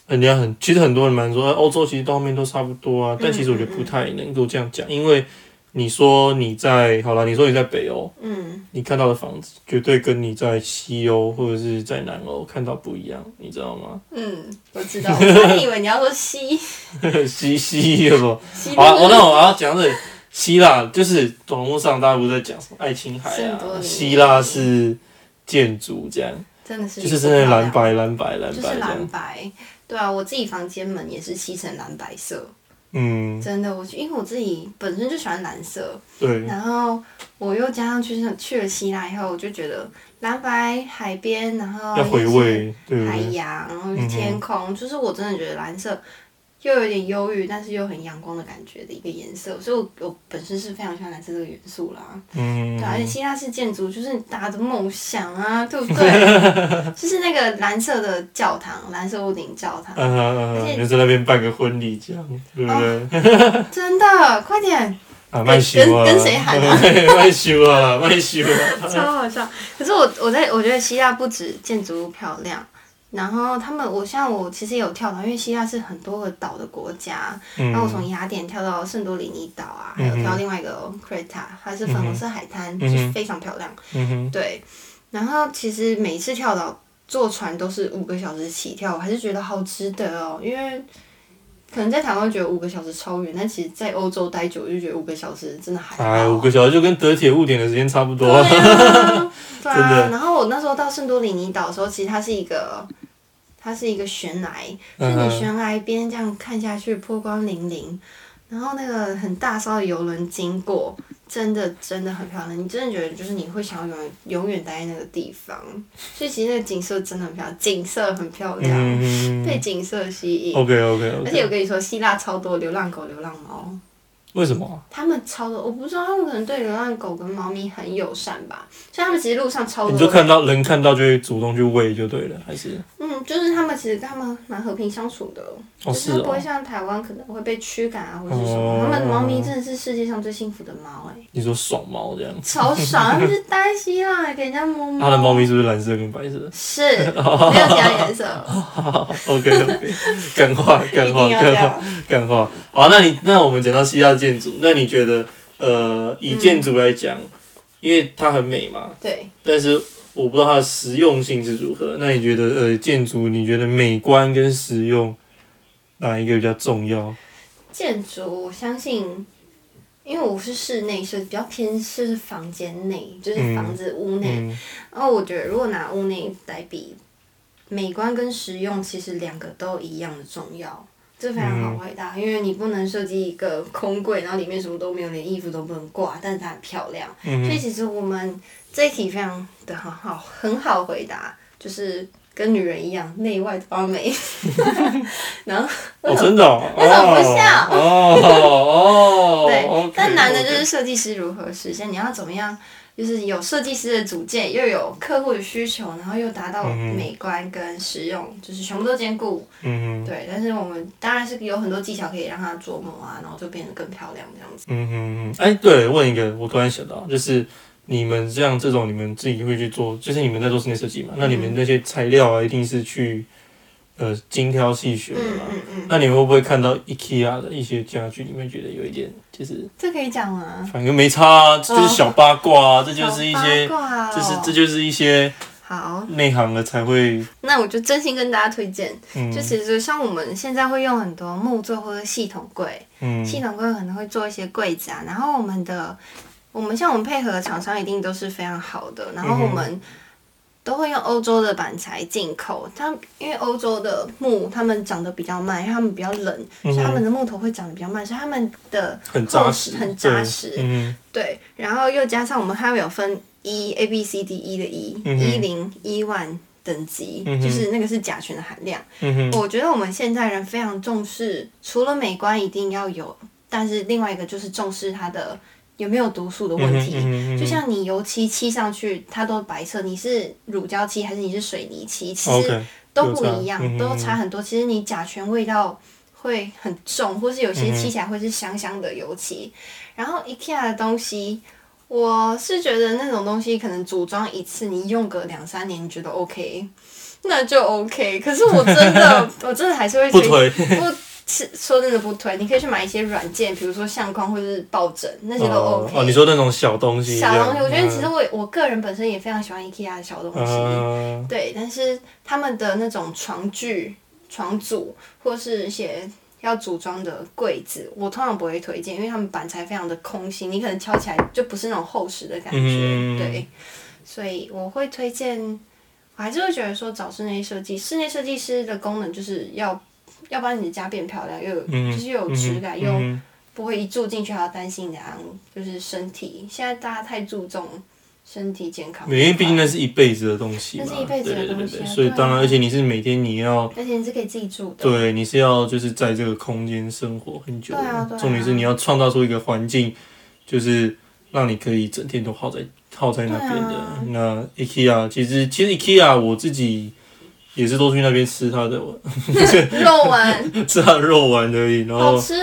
[SPEAKER 1] 人家很，其实很多人蛮说，啊欧洲其实到后面都差不多啊。但其实我觉得不太能够这样讲，因为你说你在，好了，你说你在北欧，
[SPEAKER 2] 嗯，
[SPEAKER 1] 你看到的房子绝对跟你在西欧或者是在南欧看到不一样，你知道吗？
[SPEAKER 2] 嗯，我知道，我刚才以为你要说西
[SPEAKER 1] 西西有什么？
[SPEAKER 2] 西
[SPEAKER 1] 好 啊，我那我要讲的希腊，就是网络上大家不是在讲什么爱琴海
[SPEAKER 2] 圣
[SPEAKER 1] 啊
[SPEAKER 2] 多，里
[SPEAKER 1] 希腊是建筑这样，
[SPEAKER 2] 真的是
[SPEAKER 1] 就是真的蓝
[SPEAKER 2] 漂亮，
[SPEAKER 1] 白蓝白蓝
[SPEAKER 2] 就
[SPEAKER 1] 白
[SPEAKER 2] 是
[SPEAKER 1] 这
[SPEAKER 2] 蓝
[SPEAKER 1] 样。
[SPEAKER 2] 白。对啊，我自己房间门也是漆成蓝白色，
[SPEAKER 1] 嗯，
[SPEAKER 2] 真的，我因为我自己本身就喜欢蓝色，
[SPEAKER 1] 对，
[SPEAKER 2] 然后我又加上去去了希腊以后，我就觉得蓝白海边，然后
[SPEAKER 1] 要回味，对嗯不
[SPEAKER 2] 海
[SPEAKER 1] 对？
[SPEAKER 2] 洋，然后天空，就是我真的觉得蓝色又有点忧郁，但是又很阳光的感觉的一个颜色，所以我我本身是非常喜欢蓝色这个元素啦。
[SPEAKER 1] 嗯
[SPEAKER 2] 对、啊，而且希腊式建筑就是大家的梦想 啊，对不对？就是那个蓝色的教堂，蓝色屋顶教 堂，
[SPEAKER 1] 嗯哼嗯
[SPEAKER 2] 而
[SPEAKER 1] 哼，
[SPEAKER 2] 且
[SPEAKER 1] 就在那边办个婚礼这样，对不对？
[SPEAKER 2] 真的，快点，
[SPEAKER 1] 啊，
[SPEAKER 2] 跟
[SPEAKER 1] 卖修啊，
[SPEAKER 2] 哦跟跟谁喊啊
[SPEAKER 1] 卖修啊，卖修 啊，
[SPEAKER 2] 超好笑。可是我我在我觉得希腊不止建筑物漂亮。然后他们，我像我其实也有跳岛，因为希腊是很多个岛的国家，然后我从
[SPEAKER 1] 嗯，
[SPEAKER 2] 雅典跳到圣多里尼岛啊，还有跳到另外一个 Creta，它是粉红色海滩，
[SPEAKER 1] 嗯
[SPEAKER 2] 就
[SPEAKER 1] 哼
[SPEAKER 2] 是非常漂亮。
[SPEAKER 1] 嗯哼，
[SPEAKER 2] 对，然后其实每一次跳岛坐船都是五个小时起跳，我还是觉得好值得哦，因为可能在台湾觉得五个小时超远，但其实在欧洲待久我就觉得五个小时真的还好。
[SPEAKER 1] 哎，五个小时就跟德铁误点的时间差不
[SPEAKER 2] 对
[SPEAKER 1] 多。
[SPEAKER 2] 啊，对
[SPEAKER 1] 真
[SPEAKER 2] 啊
[SPEAKER 1] 的。
[SPEAKER 2] 然后我那时候到圣多里尼岛的时候，其实它是一个。它是一个悬崖，就
[SPEAKER 1] 嗯
[SPEAKER 2] 是你悬崖边这样看下去，波光粼粼，然后那个很大艘的游轮经过，真的真的很漂亮。你真的觉得就是你会想要永远永远待在那个地方，所以其实那个景色真的很漂亮，景色很漂亮，
[SPEAKER 1] 嗯
[SPEAKER 2] 被景色吸引。
[SPEAKER 1] ，OK OK
[SPEAKER 2] 而且
[SPEAKER 1] OK，
[SPEAKER 2] 我跟你说，希腊超多流浪狗、流浪猫。
[SPEAKER 1] 为什么啊？
[SPEAKER 2] 他们超多，我不知道他们可能对流浪狗跟猫咪很友善吧，所以他们其实路上超
[SPEAKER 1] 你就
[SPEAKER 2] 多
[SPEAKER 1] 看
[SPEAKER 2] 的，
[SPEAKER 1] 到人看到就会主动去喂就对了，还是？
[SPEAKER 2] 嗯，就是他们其实跟他们蛮和平相处的，
[SPEAKER 1] 哦，
[SPEAKER 2] 就是
[SPEAKER 1] 是
[SPEAKER 2] 它不会
[SPEAKER 1] 哦。
[SPEAKER 2] 像台湾可能会被驱赶啊或者是什么，
[SPEAKER 1] 哦
[SPEAKER 2] 他们的猫咪真的是世界上最幸福的猫哎、
[SPEAKER 1] 你说爽猫这样，
[SPEAKER 2] 超爽，他们就待希腊给人家摸 摸，
[SPEAKER 1] 它的猫咪是不是蓝色跟白色
[SPEAKER 2] 是没有其他颜色，
[SPEAKER 1] 哦？OK OK，感化
[SPEAKER 2] 嗯一
[SPEAKER 1] 感
[SPEAKER 2] 定
[SPEAKER 1] 化
[SPEAKER 2] 要这
[SPEAKER 1] 感化
[SPEAKER 2] 样。
[SPEAKER 1] 感化。好，那你那我们讲到希腊建筑，那你觉得呃，以建筑来讲，
[SPEAKER 2] 嗯
[SPEAKER 1] 因为它很美嘛，
[SPEAKER 2] 对，
[SPEAKER 1] 但是我不知道它的实用性是如何。那你觉得呃，建筑你觉得美观跟实用哪一个比较重要？
[SPEAKER 2] 建筑我相信。因为我是室内设计，比较偏是房间内，就是
[SPEAKER 1] 嗯
[SPEAKER 2] 房子屋内
[SPEAKER 1] 嗯
[SPEAKER 2] 然后我觉得，如果拿屋内来比，美观跟实用其实两个都一样的重要，这非常
[SPEAKER 1] 嗯
[SPEAKER 2] 好回答。因为你不能设计一个空柜，然后里面什么都没有，连衣服都不能挂，但是它很漂亮。
[SPEAKER 1] 嗯
[SPEAKER 2] 所以其实我们这一题非常的很好，很好回答，就是跟女人一样，内外都要美。然后
[SPEAKER 1] 哦，真的、哦？
[SPEAKER 2] 为什么不笑
[SPEAKER 1] 哦 哦，
[SPEAKER 2] 对
[SPEAKER 1] OK，
[SPEAKER 2] 但难的就是
[SPEAKER 1] OK
[SPEAKER 2] 设计师如何实现，你要怎么样，就是有设计师的主见，又有客户的需求，然后又达到
[SPEAKER 1] 嗯哼
[SPEAKER 2] 美观跟实用，就是全部都兼顾。
[SPEAKER 1] 嗯哼
[SPEAKER 2] 对，但是我们当然是有很多技巧可以让它琢磨啊，然后就变得更漂亮这样子。
[SPEAKER 1] 嗯哼嗯哼，哎，对，问一个，我突然想到，就是你们像这种，你们自己会去做，就是你们在做室内设计嘛？那你
[SPEAKER 2] 嗯
[SPEAKER 1] 们那些材料啊，一定是去呃精挑细选的
[SPEAKER 2] 嗯
[SPEAKER 1] 嘛？
[SPEAKER 2] 嗯嗯，
[SPEAKER 1] 那你们会不会看到 IKEA 的一些家具里面，觉得有一点就是
[SPEAKER 2] 这可以讲吗？
[SPEAKER 1] 反正没差、啊，这就是小八卦啊，这就是一些，
[SPEAKER 2] 好哦八卦哦
[SPEAKER 1] 这是这就是一些
[SPEAKER 2] 好，
[SPEAKER 1] 内行的才会，
[SPEAKER 2] 那我就真心跟大家推荐，
[SPEAKER 1] 嗯
[SPEAKER 2] 就其实像我们现在会用很多木座或者系统柜，
[SPEAKER 1] 嗯
[SPEAKER 2] 系统柜可能会做一些柜子啊，然后我们的我们像我们配合的厂商一定都是非常好的，然后我
[SPEAKER 1] 嗯
[SPEAKER 2] 们都会用欧洲的板材进口，它因为欧洲的木它们长得比较慢，因为它们比较冷，
[SPEAKER 1] 嗯
[SPEAKER 2] 所以它们的木头会长得比较慢，所以它们的
[SPEAKER 1] 很扎实，
[SPEAKER 2] 很扎
[SPEAKER 1] 对
[SPEAKER 2] 实
[SPEAKER 1] 嗯
[SPEAKER 2] 对，然后又加上我们还会有分一 A B C D E 的 E
[SPEAKER 1] 嗯哼
[SPEAKER 2] 一零一万等级，
[SPEAKER 1] 嗯哼
[SPEAKER 2] 就是那个是甲醛的含量。
[SPEAKER 1] 嗯哼。
[SPEAKER 2] 我觉得我们现在人非常重视，除了美观一定要有，但是另外一个就是重视它的有没有毒素的问题。
[SPEAKER 1] 嗯
[SPEAKER 2] 就像你油漆漆上去，它都白色，你是乳胶漆还是你是水泥漆，其实
[SPEAKER 1] OK，
[SPEAKER 2] 都不一样，
[SPEAKER 1] 有差嗯
[SPEAKER 2] 都差很多。其实你甲醛味道会很重，或是有些
[SPEAKER 1] 嗯哼
[SPEAKER 2] 漆起来会是香香的油漆。然后 IKEA 的东西。我是觉得那种东西可能组装一次，你用个两三年，你觉得 OK，那 就 OK。可是我真 的，我真的还是会
[SPEAKER 1] 不
[SPEAKER 2] 推
[SPEAKER 1] 推，
[SPEAKER 2] 不是说真的不推，你可以去买一些软件，比如说相框或者是抱枕，那些都 OK。
[SPEAKER 1] 哦，你说那种小东西这
[SPEAKER 2] 小
[SPEAKER 1] 样，
[SPEAKER 2] 东西，我觉得其实我也我个人本身也非常喜欢 IKEA 的小东西，
[SPEAKER 1] 嗯，
[SPEAKER 2] 对，但是他们的那种床具、床组或是一些。要组装的柜子，我通常不会推荐，因为他们板材非常的空心，你可能敲起来就不是那种厚实的感觉，
[SPEAKER 1] 嗯
[SPEAKER 2] 对，所以我会推荐我还是会觉得说找室内设计，室内设计师的功能就是要要把你的家变漂亮，又有、
[SPEAKER 1] 嗯，
[SPEAKER 2] 就是又有质感，
[SPEAKER 1] 嗯
[SPEAKER 2] 又
[SPEAKER 1] 嗯
[SPEAKER 2] 不会一住进去还要担心你的安，就是身体。现在大家太注重身体健康，
[SPEAKER 1] 因为毕竟那是一辈子的东西嘛，
[SPEAKER 2] 那是一辈子的
[SPEAKER 1] 对对对
[SPEAKER 2] 东西啊
[SPEAKER 1] 对，
[SPEAKER 2] 对啊
[SPEAKER 1] 所以当然，而且你是每天你要
[SPEAKER 2] 而且你是可以自己住的。
[SPEAKER 1] 对，你是要就是在这个空间生活很久的，
[SPEAKER 2] 对啊对啊
[SPEAKER 1] 重点是你要创造出一个环境，就是让你可以整天都耗在耗在那边的。
[SPEAKER 2] 啊
[SPEAKER 1] 那 IKEA 其实其实 IKEA 我自己也是都去那边吃它的
[SPEAKER 2] 肉丸
[SPEAKER 1] 吃它的肉丸而已，然
[SPEAKER 2] 好
[SPEAKER 1] 后
[SPEAKER 2] 吃，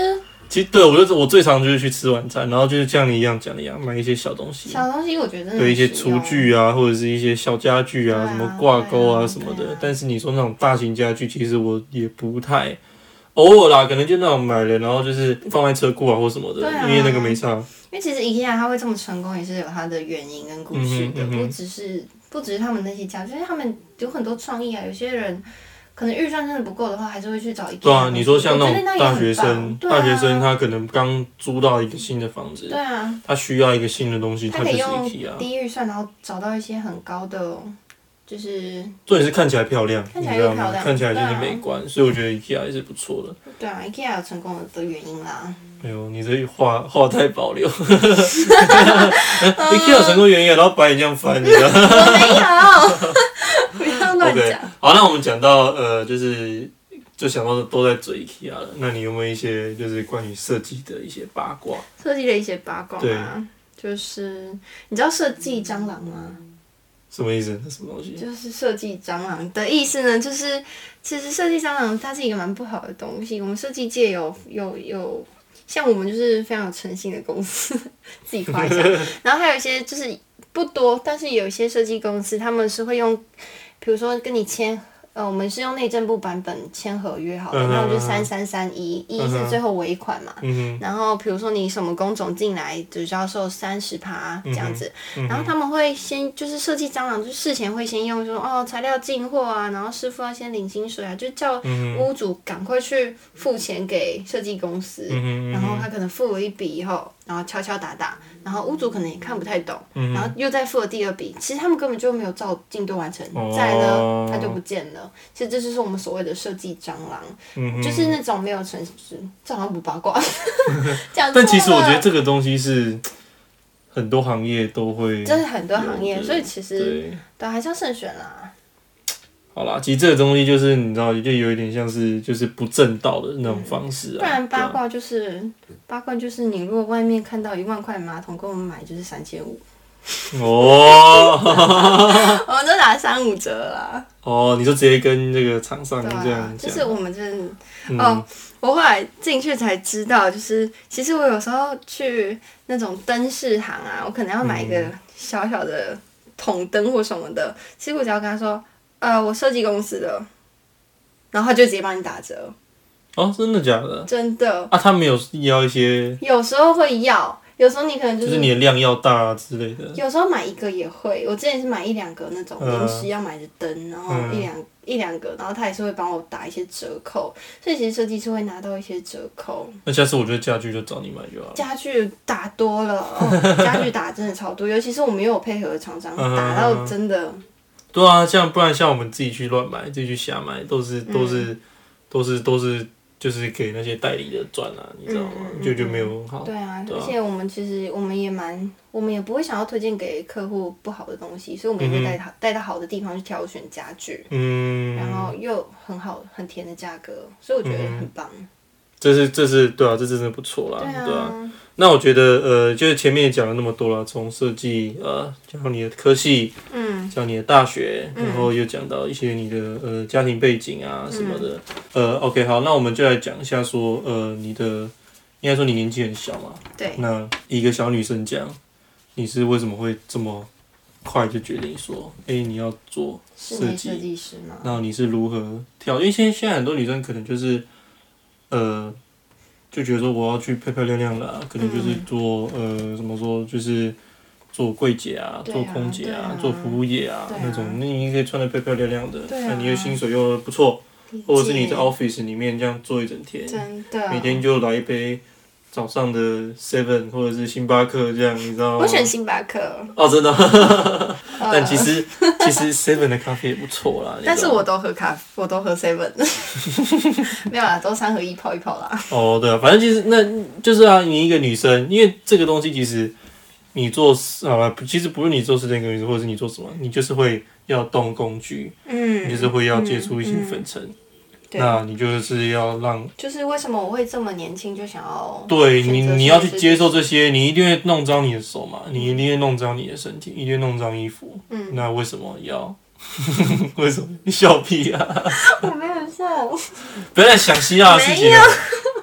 [SPEAKER 1] 其实对我就是我最常就是去吃晚餐，然后就是像你一样讲的一样买一些小东西。
[SPEAKER 2] 小东西我觉得真的
[SPEAKER 1] 对一些
[SPEAKER 2] 很实
[SPEAKER 1] 厨
[SPEAKER 2] 用，
[SPEAKER 1] 具啊，或者是一些小家具啊，
[SPEAKER 2] 嗯对
[SPEAKER 1] 什
[SPEAKER 2] 啊
[SPEAKER 1] 么挂钩
[SPEAKER 2] 对
[SPEAKER 1] 啊
[SPEAKER 2] 啊
[SPEAKER 1] 什么
[SPEAKER 2] 对
[SPEAKER 1] 的
[SPEAKER 2] 啊。
[SPEAKER 1] 但是你说那种大型家具，其实我也不太偶尔啦，可能就那种买了，然后就是放在车库啊或什么的，
[SPEAKER 2] 嗯对啊
[SPEAKER 1] 因为那个没啥。
[SPEAKER 2] 因为其实 IKEA 它会这么成功，也是有它的原因跟故事的，
[SPEAKER 1] 嗯哼嗯哼
[SPEAKER 2] 不只是不只是他们那些家具，就是他们有很多创意啊。有些人可能预算真的不够的话，还是会去找 IKEA 的东西。
[SPEAKER 1] 对啊，你说像
[SPEAKER 2] 我觉
[SPEAKER 1] 那种
[SPEAKER 2] 得也
[SPEAKER 1] 大
[SPEAKER 2] 很
[SPEAKER 1] 学生
[SPEAKER 2] 棒，对啊、
[SPEAKER 1] 大学生他可能刚租到一个新的房子，
[SPEAKER 2] 对啊，
[SPEAKER 1] 他需要一个新的东西，
[SPEAKER 2] 他
[SPEAKER 1] 他
[SPEAKER 2] 可
[SPEAKER 1] 就是
[SPEAKER 2] 以
[SPEAKER 1] IKEA
[SPEAKER 2] 用。低预算，然后找到一些很高的，就是
[SPEAKER 1] 重点是看起来漂亮，
[SPEAKER 2] 看
[SPEAKER 1] 你
[SPEAKER 2] 起来
[SPEAKER 1] 知道
[SPEAKER 2] 漂
[SPEAKER 1] 吗？
[SPEAKER 2] 亮
[SPEAKER 1] 看起来就是
[SPEAKER 2] 对啊
[SPEAKER 1] 美观，所以我觉得 IKEA 也是不错的。
[SPEAKER 2] 对啊，IKEA 有成功的原 因啦。
[SPEAKER 1] 没有，哎你这话话太保 留。IKEA 成功原因，啊然后把你这样翻，你知道吗？
[SPEAKER 2] 我没有， 不要乱
[SPEAKER 1] OK，
[SPEAKER 2] 讲。
[SPEAKER 1] 好，那我们讲到呃，就是就想到都在嘴 IKEA 了，那你有没有一些就是关于设计的一些八卦？
[SPEAKER 2] 设计的一些八卦
[SPEAKER 1] 对
[SPEAKER 2] 啊，就是你知道设计蟑螂吗？
[SPEAKER 1] 什么意思？那什么东西？
[SPEAKER 2] 就是设计蟑螂的意思呢，就是其实设计蟑螂它是一个蛮不好的东西。我们设计界有有有，像我们就是非常有诚信的公司，自己 夸一下。然后还有一些就是不多，但是有一些设计公司他们是会用，比如说跟你签。呃，我们是用内政部版本签合约好
[SPEAKER 1] 嗯
[SPEAKER 2] 了，
[SPEAKER 1] 哼
[SPEAKER 2] 那我就
[SPEAKER 1] 嗯哼
[SPEAKER 2] 三三三一，一
[SPEAKER 1] 嗯哼
[SPEAKER 2] 是最后尾款嘛。
[SPEAKER 1] 嗯
[SPEAKER 2] 然后比如说你什么工种进来，只销售三十趴这样子，
[SPEAKER 1] 哼，嗯
[SPEAKER 2] 然后
[SPEAKER 1] 哼，
[SPEAKER 2] 他们会先就是设计蟑螂，就是事前会先用说哦材料进货啊，然后师傅要先领薪水啊，就叫
[SPEAKER 1] 嗯哼，
[SPEAKER 2] 屋主赶快去付钱给设计公司。
[SPEAKER 1] 嗯哼，
[SPEAKER 2] 然后他可能付了一笔以后，然后敲敲打打，然后屋主可能也看不太懂，
[SPEAKER 1] 嗯
[SPEAKER 2] 然后又再付了第二笔，其实他们根本就没有照进度完成，
[SPEAKER 1] 哦
[SPEAKER 2] 再呢它就不见了。其实这就是我们所谓的设计蟑螂，
[SPEAKER 1] 嗯哼，
[SPEAKER 2] 就是呃那种没有诚实，蟑螂不 八卦，讲错
[SPEAKER 1] 但其实我觉
[SPEAKER 2] 了
[SPEAKER 1] 得这个东西是嗯很多行业都会，
[SPEAKER 2] 这是很多行
[SPEAKER 1] 有
[SPEAKER 2] 业，
[SPEAKER 1] 的
[SPEAKER 2] 所以其实
[SPEAKER 1] 对，
[SPEAKER 2] 对啊还是要慎选啦。
[SPEAKER 1] 好啦，其实这个东西就是你知道，就有一点像是就是不正道的那种方式啊，
[SPEAKER 2] 不然八
[SPEAKER 1] 对啊
[SPEAKER 2] 卦就是八卦就是你如果外面看到一万块马桶，跟我们买就是三千五，
[SPEAKER 1] 哦
[SPEAKER 2] 我们都打三五折啦。
[SPEAKER 1] 哦，你就直接跟这个厂商
[SPEAKER 2] 对
[SPEAKER 1] 这
[SPEAKER 2] 啊
[SPEAKER 1] 样，
[SPEAKER 2] 就
[SPEAKER 1] 讲，
[SPEAKER 2] 是我们真
[SPEAKER 1] 嗯
[SPEAKER 2] 的哦，我后来进去才知道，就是其实我有时候去那种灯饰行啊，我可能要买一个
[SPEAKER 1] 嗯
[SPEAKER 2] 小小的筒灯或什么的，其实我只要跟他说，呃，我设计公司的，然后他就直接帮你打折，
[SPEAKER 1] 哦，真的假的？
[SPEAKER 2] 真的。
[SPEAKER 1] 啊，他们有要一些，
[SPEAKER 2] 有时候会要，有时候你可能就
[SPEAKER 1] 就是是你的量要大啊之类的。
[SPEAKER 2] 有时候买一个也会，我之前是买一两个那种
[SPEAKER 1] 嗯
[SPEAKER 2] 临时要买的灯，然后
[SPEAKER 1] 嗯
[SPEAKER 2] 一两、一两个，然后他也是会帮我打一些折扣，所以其实设计师会拿到一些折扣。
[SPEAKER 1] 那下次我觉得家具就找你买就好了。
[SPEAKER 2] 家具打多了， 哦、家具打真的超多，尤其是我们又有配合的厂商，
[SPEAKER 1] 嗯
[SPEAKER 2] 打到真的
[SPEAKER 1] 对啊，像不然像我们自己去乱买，自己去瞎买，都是
[SPEAKER 2] 嗯
[SPEAKER 1] 都是、都是都是就是给那些代理的赚啊，你知道吗
[SPEAKER 2] 嗯？嗯
[SPEAKER 1] 就就没有很好。
[SPEAKER 2] 对啊，
[SPEAKER 1] 对啊
[SPEAKER 2] 而且我们其实我们也蛮，我们也不会想要推荐给客户不好的东西，所以我们
[SPEAKER 1] 嗯
[SPEAKER 2] 也会
[SPEAKER 1] 哼
[SPEAKER 2] 带他带到好的地方去挑选家具，
[SPEAKER 1] 嗯，
[SPEAKER 2] 然后又很好很甜的价格，所以我觉得很棒。
[SPEAKER 1] 这是这是对啊，这真的不错啦，
[SPEAKER 2] 对啊，
[SPEAKER 1] 嗯对啊。那我觉得呃，就是前面也讲了那么多啦，从设计呃，讲到你的科系，
[SPEAKER 2] 嗯。
[SPEAKER 1] 像你的大学，
[SPEAKER 2] 嗯
[SPEAKER 1] 然后又讲到一些你的呃家庭背景啊什么的。
[SPEAKER 2] 嗯
[SPEAKER 1] 呃，OK，好，那我们就来讲一下说，呃，你的应该说你年纪很小嘛，
[SPEAKER 2] 对，
[SPEAKER 1] 那一个小女生讲，你是为什么会这么快就决定说，哎、你要做
[SPEAKER 2] 室
[SPEAKER 1] 设
[SPEAKER 2] 内设
[SPEAKER 1] 计？
[SPEAKER 2] 计师嘛，
[SPEAKER 1] 然后你是如何跳？因为现在现在很多女生可能就是，呃，就觉得说我要去漂漂亮亮的、啊，可能就是做、呃怎么说，就是做柜姐啊，
[SPEAKER 2] 对啊
[SPEAKER 1] 做空姐啊，
[SPEAKER 2] 对啊
[SPEAKER 1] 做服务业啊
[SPEAKER 2] 对啊
[SPEAKER 1] 那种，那你可以穿的漂漂亮亮的，
[SPEAKER 2] 对啊
[SPEAKER 1] 那你的薪水又不错，或者是哦你在 office 里面这样做一整天，
[SPEAKER 2] 真的
[SPEAKER 1] 每天就来一杯早上的 seven 或者是星巴克这样，你知道吗？
[SPEAKER 2] 我选星巴克，
[SPEAKER 1] 哦，真的。
[SPEAKER 2] 呃
[SPEAKER 1] 但其实其实 Seven 的咖啡也不错 啦。
[SPEAKER 2] 但
[SPEAKER 1] 你
[SPEAKER 2] 是
[SPEAKER 1] 知道
[SPEAKER 2] 我都喝咖，我都喝 seven，没有啦，啊都三合一泡一泡啦。
[SPEAKER 1] 哦，对啊，反正其实那就是啊，你一个女生，因为这个东西其实你做好吧，其实不是你做事情，或者是你做什么，你就是会要动工具，
[SPEAKER 2] 嗯
[SPEAKER 1] 你就是会要接触一些粉尘，
[SPEAKER 2] 对
[SPEAKER 1] 那你就是要让
[SPEAKER 2] 嗯就是为什么我会这么年轻就想要
[SPEAKER 1] 对
[SPEAKER 2] 选
[SPEAKER 1] 你
[SPEAKER 2] 择
[SPEAKER 1] 你要去
[SPEAKER 2] 这件事
[SPEAKER 1] 接受这些，你一定会弄脏你的手嘛，你一定会弄脏你的身体，一定会弄脏衣服，
[SPEAKER 2] 嗯，
[SPEAKER 1] 那为什么要？ 为什么 你笑屁啊？
[SPEAKER 2] 我 没有笑。
[SPEAKER 1] 不要再想西亚的事情了，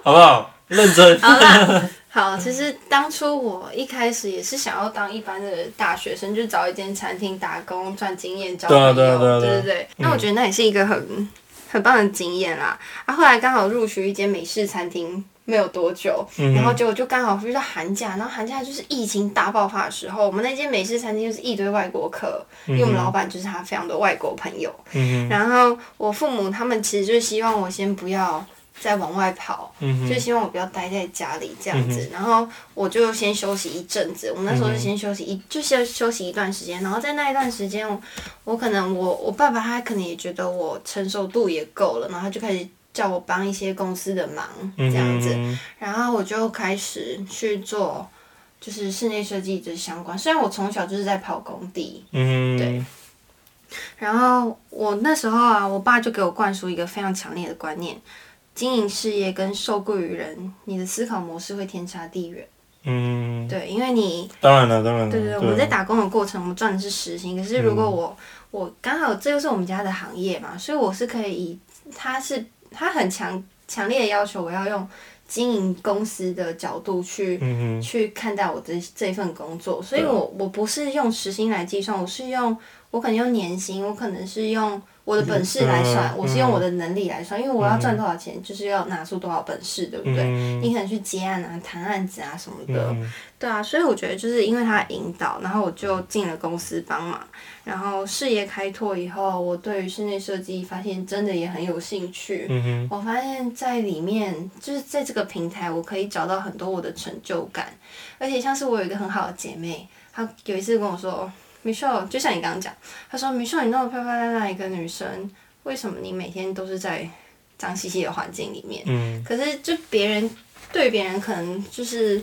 [SPEAKER 1] 好不好？认真。
[SPEAKER 2] 好 啦，好，其实当初我一开始也是想要当一般的大学生，就找一间餐厅打工赚经验，交朋
[SPEAKER 1] 对啊
[SPEAKER 2] 友，
[SPEAKER 1] 对啊对啊对啊
[SPEAKER 2] 对对。那我觉得那也是一个很很棒的经验啦。啊，后来刚好入学一间美式餐厅。没有多久，
[SPEAKER 1] 嗯
[SPEAKER 2] 然后结果就刚好遇到寒假，然后寒假就是疫情大爆发的时候，我们那间美式餐厅就是一堆外国客，因为我们老板就是他非常多外国朋友，
[SPEAKER 1] 嗯
[SPEAKER 2] 然后我父母他们其实就希望我先不要再往外跑，
[SPEAKER 1] 哼，嗯哼，嗯
[SPEAKER 2] 就希望我不要待在家里这样子，然后我就先休息一阵子。我们那时候就先休息一，就先休息一段时间，然后在那一段时间，我我可能我我爸爸他可能也觉得我成熟度也够了，然后他就开始叫我帮一些公司的忙这样子，
[SPEAKER 1] 嗯哼
[SPEAKER 2] 然后我就开始去做就是室内设计这相关。虽然我从小就是在跑工地，
[SPEAKER 1] 嗯，
[SPEAKER 2] 对，然后我那时候啊，我爸就给我灌输一个非常强烈的观念：经营事业跟受雇于人，你的思考模式会天差地远。
[SPEAKER 1] 嗯，
[SPEAKER 2] 对，因为你
[SPEAKER 1] 当然了，当然了，
[SPEAKER 2] 对对对，我们在打工的过程，我们赚的是时薪。可是如果我、我刚好这就是我们家的行业嘛，所以我是可以以他是他很强强烈的要求，我要用经营公司的角度去
[SPEAKER 1] 嗯
[SPEAKER 2] 去看待我这这份工作，所以
[SPEAKER 1] 对啊
[SPEAKER 2] 我我不是用时薪来计算，我是用我可能用年薪，我可能是用我的本事来算，
[SPEAKER 1] 嗯
[SPEAKER 2] 我是用我的能力来算，因为我要赚多少钱，就是要拿出多少本事，对不
[SPEAKER 1] 哼，
[SPEAKER 2] 对？
[SPEAKER 1] 嗯
[SPEAKER 2] 你可能去接案啊、谈案子啊什么的，
[SPEAKER 1] 嗯
[SPEAKER 2] 对啊，所以我觉得就是因为他的引导，然后我就进了公司帮忙，然后事业开拓以后，我对于室内设计发现真的也很有兴趣，
[SPEAKER 1] 嗯哼，
[SPEAKER 2] 我发现在里面，就是在这个平台，我可以找到很多我的成就感，而且像是我有一个很好的姐妹，她有一次跟我说，Michelle，就像你刚刚讲，她说 Michelle，你那么漂漂亮亮一个女生，为什么你每天都是在脏兮兮的环境里面？
[SPEAKER 1] 嗯
[SPEAKER 2] 可是就别人对别人可能就是，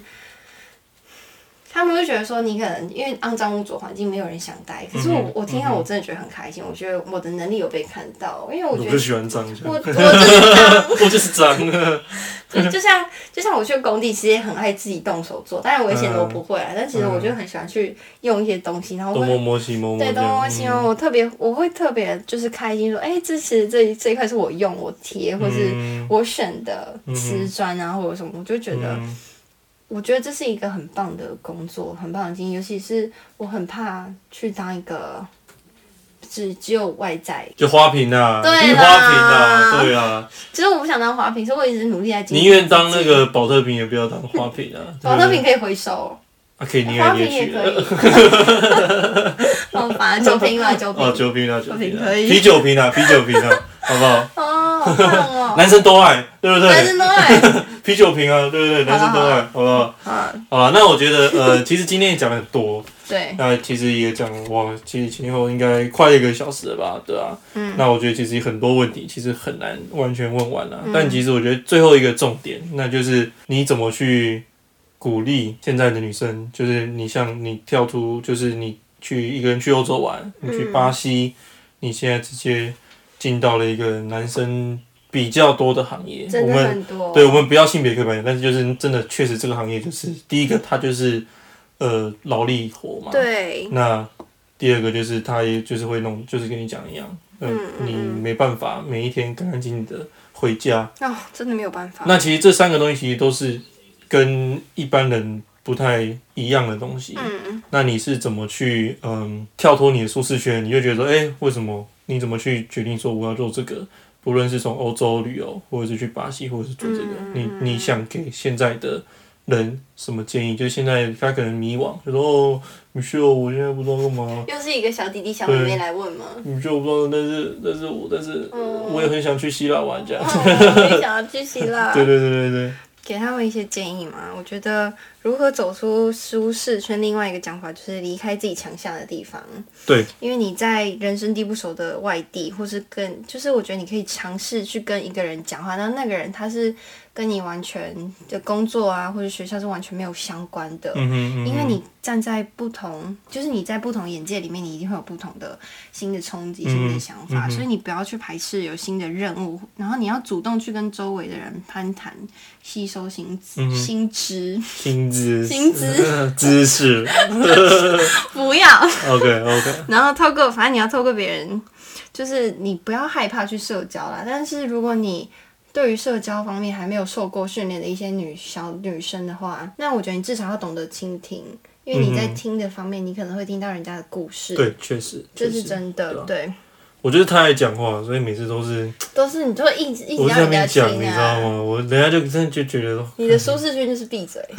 [SPEAKER 2] 他们会觉得说你可能因为肮脏污浊环境没有人想待，可是我、
[SPEAKER 1] 嗯哼
[SPEAKER 2] 我听到我真的觉得很开心，我觉得我的能力有被看到，因为我
[SPEAKER 1] 我
[SPEAKER 2] 觉
[SPEAKER 1] 就
[SPEAKER 2] 得
[SPEAKER 1] 喜欢脏，
[SPEAKER 2] 我我就是脏。
[SPEAKER 1] 我就是脏，
[SPEAKER 2] 对，就像就像我去工地，其实也很爱自己动手做，当然我以前都不会啊，但其实我就很喜欢去用一些东西，然后
[SPEAKER 1] 嗯东摸
[SPEAKER 2] 会。
[SPEAKER 1] 摸西摸摸，嗯
[SPEAKER 2] 对，东摸西摸，
[SPEAKER 1] 摸，
[SPEAKER 2] 我特别，我会特别就是开心说，哎、这其实这这一块是我用我贴或是
[SPEAKER 1] 嗯
[SPEAKER 2] 我选的
[SPEAKER 1] 嗯
[SPEAKER 2] 瓷砖啊，或者什么，我就觉得，
[SPEAKER 1] 嗯
[SPEAKER 2] 我觉得这是一个很棒的工作，很棒的经验，尤其是我很怕去当一个只只有外在，
[SPEAKER 1] 就花瓶啊，
[SPEAKER 2] 对
[SPEAKER 1] 就
[SPEAKER 2] 啦
[SPEAKER 1] 花瓶啊，对啊，
[SPEAKER 2] 其实我不想当花瓶，所以我一直努力在经营
[SPEAKER 1] 宁
[SPEAKER 2] 自己。
[SPEAKER 1] 愿当那个保特瓶，也不要当花瓶啊，
[SPEAKER 2] 保特瓶可以回收。
[SPEAKER 1] 啊，可以捏
[SPEAKER 2] 花
[SPEAKER 1] 来
[SPEAKER 2] 瓶
[SPEAKER 1] 捏
[SPEAKER 2] 也
[SPEAKER 1] 去
[SPEAKER 2] 可以
[SPEAKER 1] 的，，
[SPEAKER 2] 好吧，酒瓶吧，酒
[SPEAKER 1] 哦，
[SPEAKER 2] 瓶。
[SPEAKER 1] 酒瓶啊，酒瓶啊，
[SPEAKER 2] 可以
[SPEAKER 1] 啤酒瓶 啊，啤酒瓶啊，好不好？
[SPEAKER 2] 哦，好棒哦！
[SPEAKER 1] 男生都爱，对不
[SPEAKER 2] 男
[SPEAKER 1] 对？
[SPEAKER 2] 生都 爱。
[SPEAKER 1] 啤酒瓶啊，对不对？男生都爱，好不好？
[SPEAKER 2] 啊，
[SPEAKER 1] 好了，那我觉得呃，其实今天也讲了很多，
[SPEAKER 2] 对，
[SPEAKER 1] 那其实也讲哇，其实前后应该快一个小时了吧，对啊。
[SPEAKER 2] 嗯
[SPEAKER 1] 那我觉得其实很多问题其实很难完全问完
[SPEAKER 2] 嗯
[SPEAKER 1] 了、但其实我觉得最后一个重点，那就是你怎么去鼓励现在的女生，就是你像你跳出，就是你去一个人去欧洲玩，你去巴西，
[SPEAKER 2] 嗯
[SPEAKER 1] 你现在直接进到了一个男生比较多的行业，
[SPEAKER 2] 真
[SPEAKER 1] 我
[SPEAKER 2] 的
[SPEAKER 1] 们
[SPEAKER 2] 很多。
[SPEAKER 1] 对，我们不要性别刻板，但是就是真的，确实这个行业就是第一个，它就是呃劳力活嘛。。
[SPEAKER 2] 对，
[SPEAKER 1] 那第二个就是它也就是会弄，就是跟你讲一样，
[SPEAKER 2] 嗯
[SPEAKER 1] 嗯，
[SPEAKER 2] 嗯
[SPEAKER 1] 你
[SPEAKER 2] 嗯
[SPEAKER 1] 没办法每一天干干净净的回家。
[SPEAKER 2] 哦，真的没有办法。
[SPEAKER 1] 那其实这三个东西其实都是跟一般人不太一样的东西。
[SPEAKER 2] 嗯，
[SPEAKER 1] 那你是怎么去嗯跳脱你的舒适圈？你就觉得哎、诶为什么？你怎么去决定说我要做这个？不论是从欧洲旅游，或者是去巴西，或者是做这个，
[SPEAKER 2] 嗯
[SPEAKER 1] 你你想给现在的人什么建议？就是现在他可能迷惘，就说哦，你需要我现在不知道干嘛，
[SPEAKER 2] 又是一个小弟弟小妹妹来问吗？
[SPEAKER 1] 你需要我不知道，但是但是我但是、
[SPEAKER 2] 嗯
[SPEAKER 1] 我也很想去希腊玩这样。
[SPEAKER 2] 哦我也想要去希腊
[SPEAKER 1] 对，对对对对，
[SPEAKER 2] 给他们一些建议嘛。我觉得，如何走出舒适圈，另外一个讲法就是离开自己强项的地方。
[SPEAKER 1] 对，
[SPEAKER 2] 因为你在人生地不熟的外地，或是跟，就是我觉得你可以尝试去跟一个人讲话，那那个人他是跟你完全的工作啊，或者学校是完全没有相关的。
[SPEAKER 1] 嗯哼嗯哼，
[SPEAKER 2] 呃因为你站在不同，就是你在不同眼界里面，你一定会有不同的新的冲击、新的想法，
[SPEAKER 1] 嗯嗯
[SPEAKER 2] 所以你不要去排斥有新的任务，然后你要主动去跟周围的人攀谈，吸收新资、
[SPEAKER 1] 嗯哼
[SPEAKER 2] 新知，
[SPEAKER 1] 薪资
[SPEAKER 2] 薪资
[SPEAKER 1] 知识
[SPEAKER 2] 不要。
[SPEAKER 1] ，OK OK，
[SPEAKER 2] 然后透过，反正你要透过别人，就是你不要害怕去社交啦。但是如果你对于社交方面还没有受过训练的一些女小女生的话，那我觉得你至少要懂得倾听，因为你在
[SPEAKER 1] 嗯哼
[SPEAKER 2] 听的方面，你可能会听到人家的故事，
[SPEAKER 1] 对，确实，
[SPEAKER 2] 这
[SPEAKER 1] 确
[SPEAKER 2] 是
[SPEAKER 1] 实，啊
[SPEAKER 2] 真的，对，
[SPEAKER 1] 我就是太爱讲话，所以每次都是
[SPEAKER 2] 都是你就会一直一直
[SPEAKER 1] 我在
[SPEAKER 2] 让
[SPEAKER 1] 那
[SPEAKER 2] 人家
[SPEAKER 1] 边
[SPEAKER 2] 听
[SPEAKER 1] 讲，你知道
[SPEAKER 2] 啊。
[SPEAKER 1] 吗？我人家就真的就觉得，
[SPEAKER 2] 你的舒适圈就是闭嘴，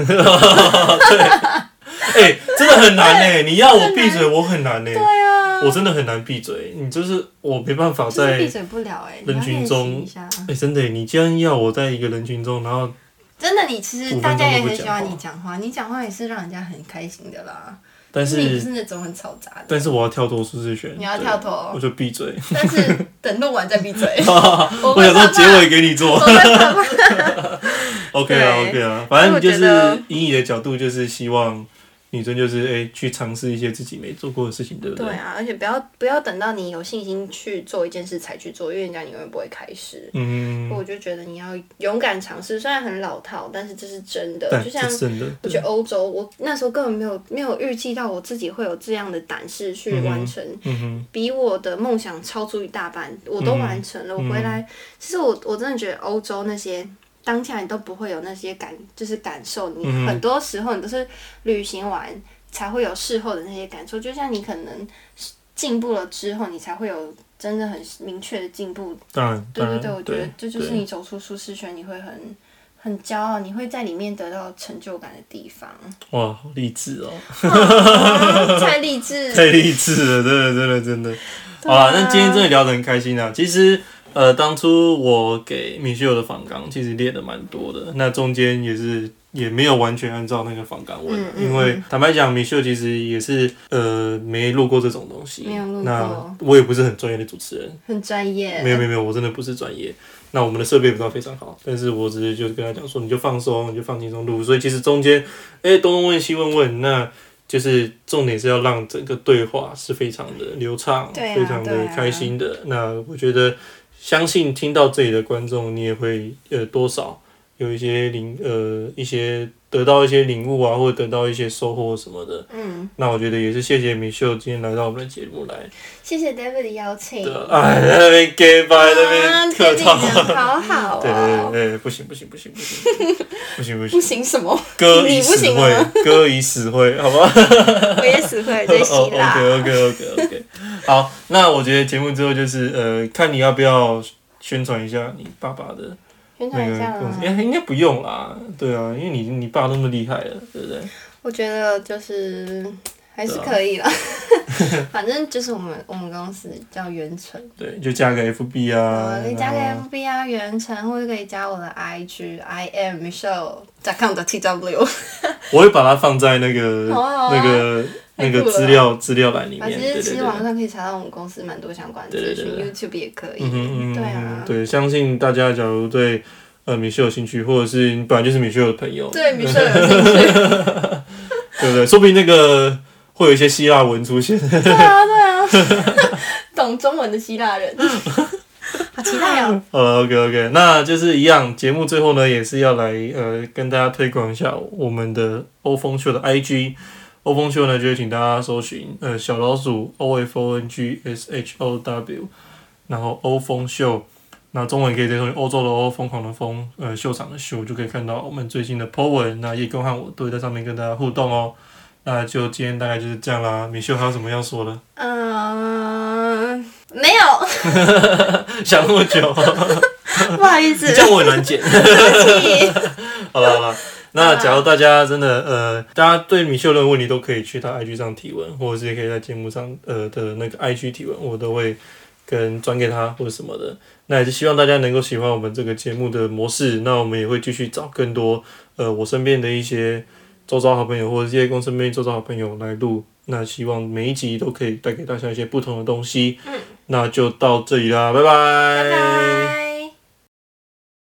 [SPEAKER 1] 哎、真的很难 哎、你要我闭嘴，我很难哎、
[SPEAKER 2] 对啊，
[SPEAKER 1] 我真的很难闭嘴，你就是我没办法
[SPEAKER 2] 就是
[SPEAKER 1] 在
[SPEAKER 2] 闭嘴不了哎、你
[SPEAKER 1] 人
[SPEAKER 2] 要
[SPEAKER 1] 群
[SPEAKER 2] 练习
[SPEAKER 1] 中
[SPEAKER 2] 一下。啊
[SPEAKER 1] 哎、真的欸，你既然要我在一个人群中，然后
[SPEAKER 2] 真的，你其实
[SPEAKER 1] 五分钟
[SPEAKER 2] 大家也
[SPEAKER 1] 都不
[SPEAKER 2] 很喜
[SPEAKER 1] 讲
[SPEAKER 2] 欢
[SPEAKER 1] 话
[SPEAKER 2] 你讲话，你讲话也是让人家很开心的啦。
[SPEAKER 1] 但
[SPEAKER 2] 就是你不是
[SPEAKER 1] 是
[SPEAKER 2] 那种很嘈杂的，
[SPEAKER 1] 但是我要跳脱舒适圈，
[SPEAKER 2] 你要
[SPEAKER 1] 对
[SPEAKER 2] 跳脱哦
[SPEAKER 1] 我，就闭嘴。
[SPEAKER 2] 但是等录完再 闭嘴。 我
[SPEAKER 1] 我
[SPEAKER 2] 会
[SPEAKER 1] 想说
[SPEAKER 2] 怕
[SPEAKER 1] 结尾给你做
[SPEAKER 2] 我会怕怕
[SPEAKER 1] ，OK 啊
[SPEAKER 2] 对
[SPEAKER 1] OK 啊，反正就
[SPEAKER 2] 所以我觉
[SPEAKER 1] 是
[SPEAKER 2] 得
[SPEAKER 1] 以你的角度，就是希望女生就是哎、去尝试一些自己没做过的事情，对不
[SPEAKER 2] 对啊，而且不要不要等到你有信心去做一件事才去做，因为人家你永远不会开始。
[SPEAKER 1] 嗯，
[SPEAKER 2] 我就觉得你要勇敢尝试，虽然很老套，但是这是真的。
[SPEAKER 1] 但
[SPEAKER 2] 就
[SPEAKER 1] 这
[SPEAKER 2] 像
[SPEAKER 1] 是真的，
[SPEAKER 2] 我去欧洲，我那时候根本没有没有预计到我自己会有这样的胆识去
[SPEAKER 1] 嗯哼
[SPEAKER 2] 完成，
[SPEAKER 1] 嗯哼，
[SPEAKER 2] 比我的梦想超出一大半，我都完成了。
[SPEAKER 1] 嗯
[SPEAKER 2] 我回来，其实我我真的觉得欧洲那些当下你都不会有那些感，就是感受。你
[SPEAKER 1] 嗯哼
[SPEAKER 2] 很多时候你都是旅行完才会有事后的那些感受，就像你可能进步了之后，你才会有真的很明确的进步。
[SPEAKER 1] 当然
[SPEAKER 2] 对
[SPEAKER 1] 当
[SPEAKER 2] 对
[SPEAKER 1] 然
[SPEAKER 2] 对，我觉得这就是
[SPEAKER 1] 对
[SPEAKER 2] 你走出舒适圈，你会很。很骄傲，你会在里面得到成就感的地 方，
[SPEAKER 1] 哇，好励志哦，
[SPEAKER 2] 哇太励志。
[SPEAKER 1] 太励志了，真的真的真的。好
[SPEAKER 2] 对
[SPEAKER 1] 啦，
[SPEAKER 2] 啊
[SPEAKER 1] 那今天真的聊得很开心啊。其实，呃，当初我给米秀的访纲其实列的蛮多的，那中间也是也没有完全按照那个访纲问啊，
[SPEAKER 2] 嗯嗯
[SPEAKER 1] 因为坦白讲，米秀其实也是呃没录过这种东西，
[SPEAKER 2] 没有录过
[SPEAKER 1] 那我也不是很专业的主持人，
[SPEAKER 2] 很专业。
[SPEAKER 1] 没有没有没有，我真的不是专业。那我们的设备不知道非常好，但是我只是就跟他讲说，你就放松，你就放轻松录。所以其实中间，哎、东东问西问问，那就是重点是要让整个对话是非常的流畅，
[SPEAKER 2] 对啊
[SPEAKER 1] 非常
[SPEAKER 2] 对
[SPEAKER 1] 的
[SPEAKER 2] 啊
[SPEAKER 1] 开心的。那我觉得，相信听到这里的观众，你也会呃多少有一些领呃一些得到一些领悟啊，或者得到一些收获什么的。
[SPEAKER 2] 嗯，
[SPEAKER 1] 那我觉得也是谢谢米秀今天来到我们的节目来，
[SPEAKER 2] 谢谢 David 的邀请。
[SPEAKER 1] 的哎，在那边 gay 拜那边客
[SPEAKER 2] 最近
[SPEAKER 1] 套。
[SPEAKER 2] 人好好
[SPEAKER 1] 对对
[SPEAKER 2] 哦。
[SPEAKER 1] 对对，不行不行不行不行不行不
[SPEAKER 2] 不
[SPEAKER 1] 行，
[SPEAKER 2] 行什么，
[SPEAKER 1] 歌
[SPEAKER 2] 你
[SPEAKER 1] 以
[SPEAKER 2] 不
[SPEAKER 1] 死
[SPEAKER 2] 行啊了
[SPEAKER 1] 会，歌以死会，好吧？
[SPEAKER 2] 我也死会 在
[SPEAKER 1] 哦
[SPEAKER 2] 希腊。
[SPEAKER 1] ，OK OK OK OK，好，那我觉得节目之后就是呃，看你要不要宣传一下你爸爸的
[SPEAKER 2] 宣
[SPEAKER 1] 那
[SPEAKER 2] 传一下
[SPEAKER 1] 个公司，
[SPEAKER 2] 啦，
[SPEAKER 1] 哎，应该不用啦，对啊，因为你你爸那么厉害了，对不对？
[SPEAKER 2] 我觉得就是还是可以啦。
[SPEAKER 1] 啊
[SPEAKER 2] 反正就是我们我们公司叫元成，
[SPEAKER 1] 对，就加个 FB 啊
[SPEAKER 2] 呃，可以，加个
[SPEAKER 1] 然后
[SPEAKER 2] FB 啊，元成，或者可以加我的 IG I am Michelle com 的 TW。
[SPEAKER 1] 我会把它放在那个
[SPEAKER 2] 好啊好啊
[SPEAKER 1] 那个那
[SPEAKER 2] 太酷
[SPEAKER 1] 个
[SPEAKER 2] 了
[SPEAKER 1] 资料资料栏里
[SPEAKER 2] 啊，
[SPEAKER 1] 面，
[SPEAKER 2] 其
[SPEAKER 1] 对
[SPEAKER 2] 实
[SPEAKER 1] 对
[SPEAKER 2] 其
[SPEAKER 1] 对
[SPEAKER 2] 实。网上可以查到我们公司蛮多相关的资讯，YouTube 也可以。
[SPEAKER 1] 嗯哼嗯哼
[SPEAKER 2] 对啊，
[SPEAKER 1] 对，相信大家假如对呃米秀有兴趣，或者是你本来就是米秀的朋友，
[SPEAKER 2] 对 Michelle 有兴趣。
[SPEAKER 1] 对不对？说不定那个会有一些希腊文出现。
[SPEAKER 2] 对啊，对啊，懂中文的希腊人， 好期待哦！
[SPEAKER 1] 呃，OK OK，那就是一样。节目最后呢，也是要来呃跟大家推广一下我们的欧风秀的 IG。欧风秀呢，就会请大家搜寻呃小老鼠 O F O N G S H O W，然后欧风秀。那中文可以直接搜寻欧洲的欧，疯狂的疯，呃，秀场的秀，就可以看到我们最新的 po 文。那叶公和我都会在上面跟大家互动哦。那就今天大概就是这样啦。米秀还有什么要说的？
[SPEAKER 2] 嗯、没有，
[SPEAKER 1] 想那么久， 哦
[SPEAKER 2] 不好意思
[SPEAKER 1] 你，这样我很难剪。
[SPEAKER 2] 对不起。
[SPEAKER 1] 好了好了，那假如大家真的呃，大家对米秀的问题都可以去他 IG 上提问，或者是也可以在节目上呃的那个 IG 提问，我都会跟转给他或者什么的。那也是希望大家能够喜欢我们这个节目的模式，那我们也会继续找更多呃我身边的一些。周遭好朋友或者这些公司妹周遭好朋友来录。那希望每一集都可以带给大家一些不同的东西。嗯，那就到这里啦，拜拜
[SPEAKER 2] 拜拜。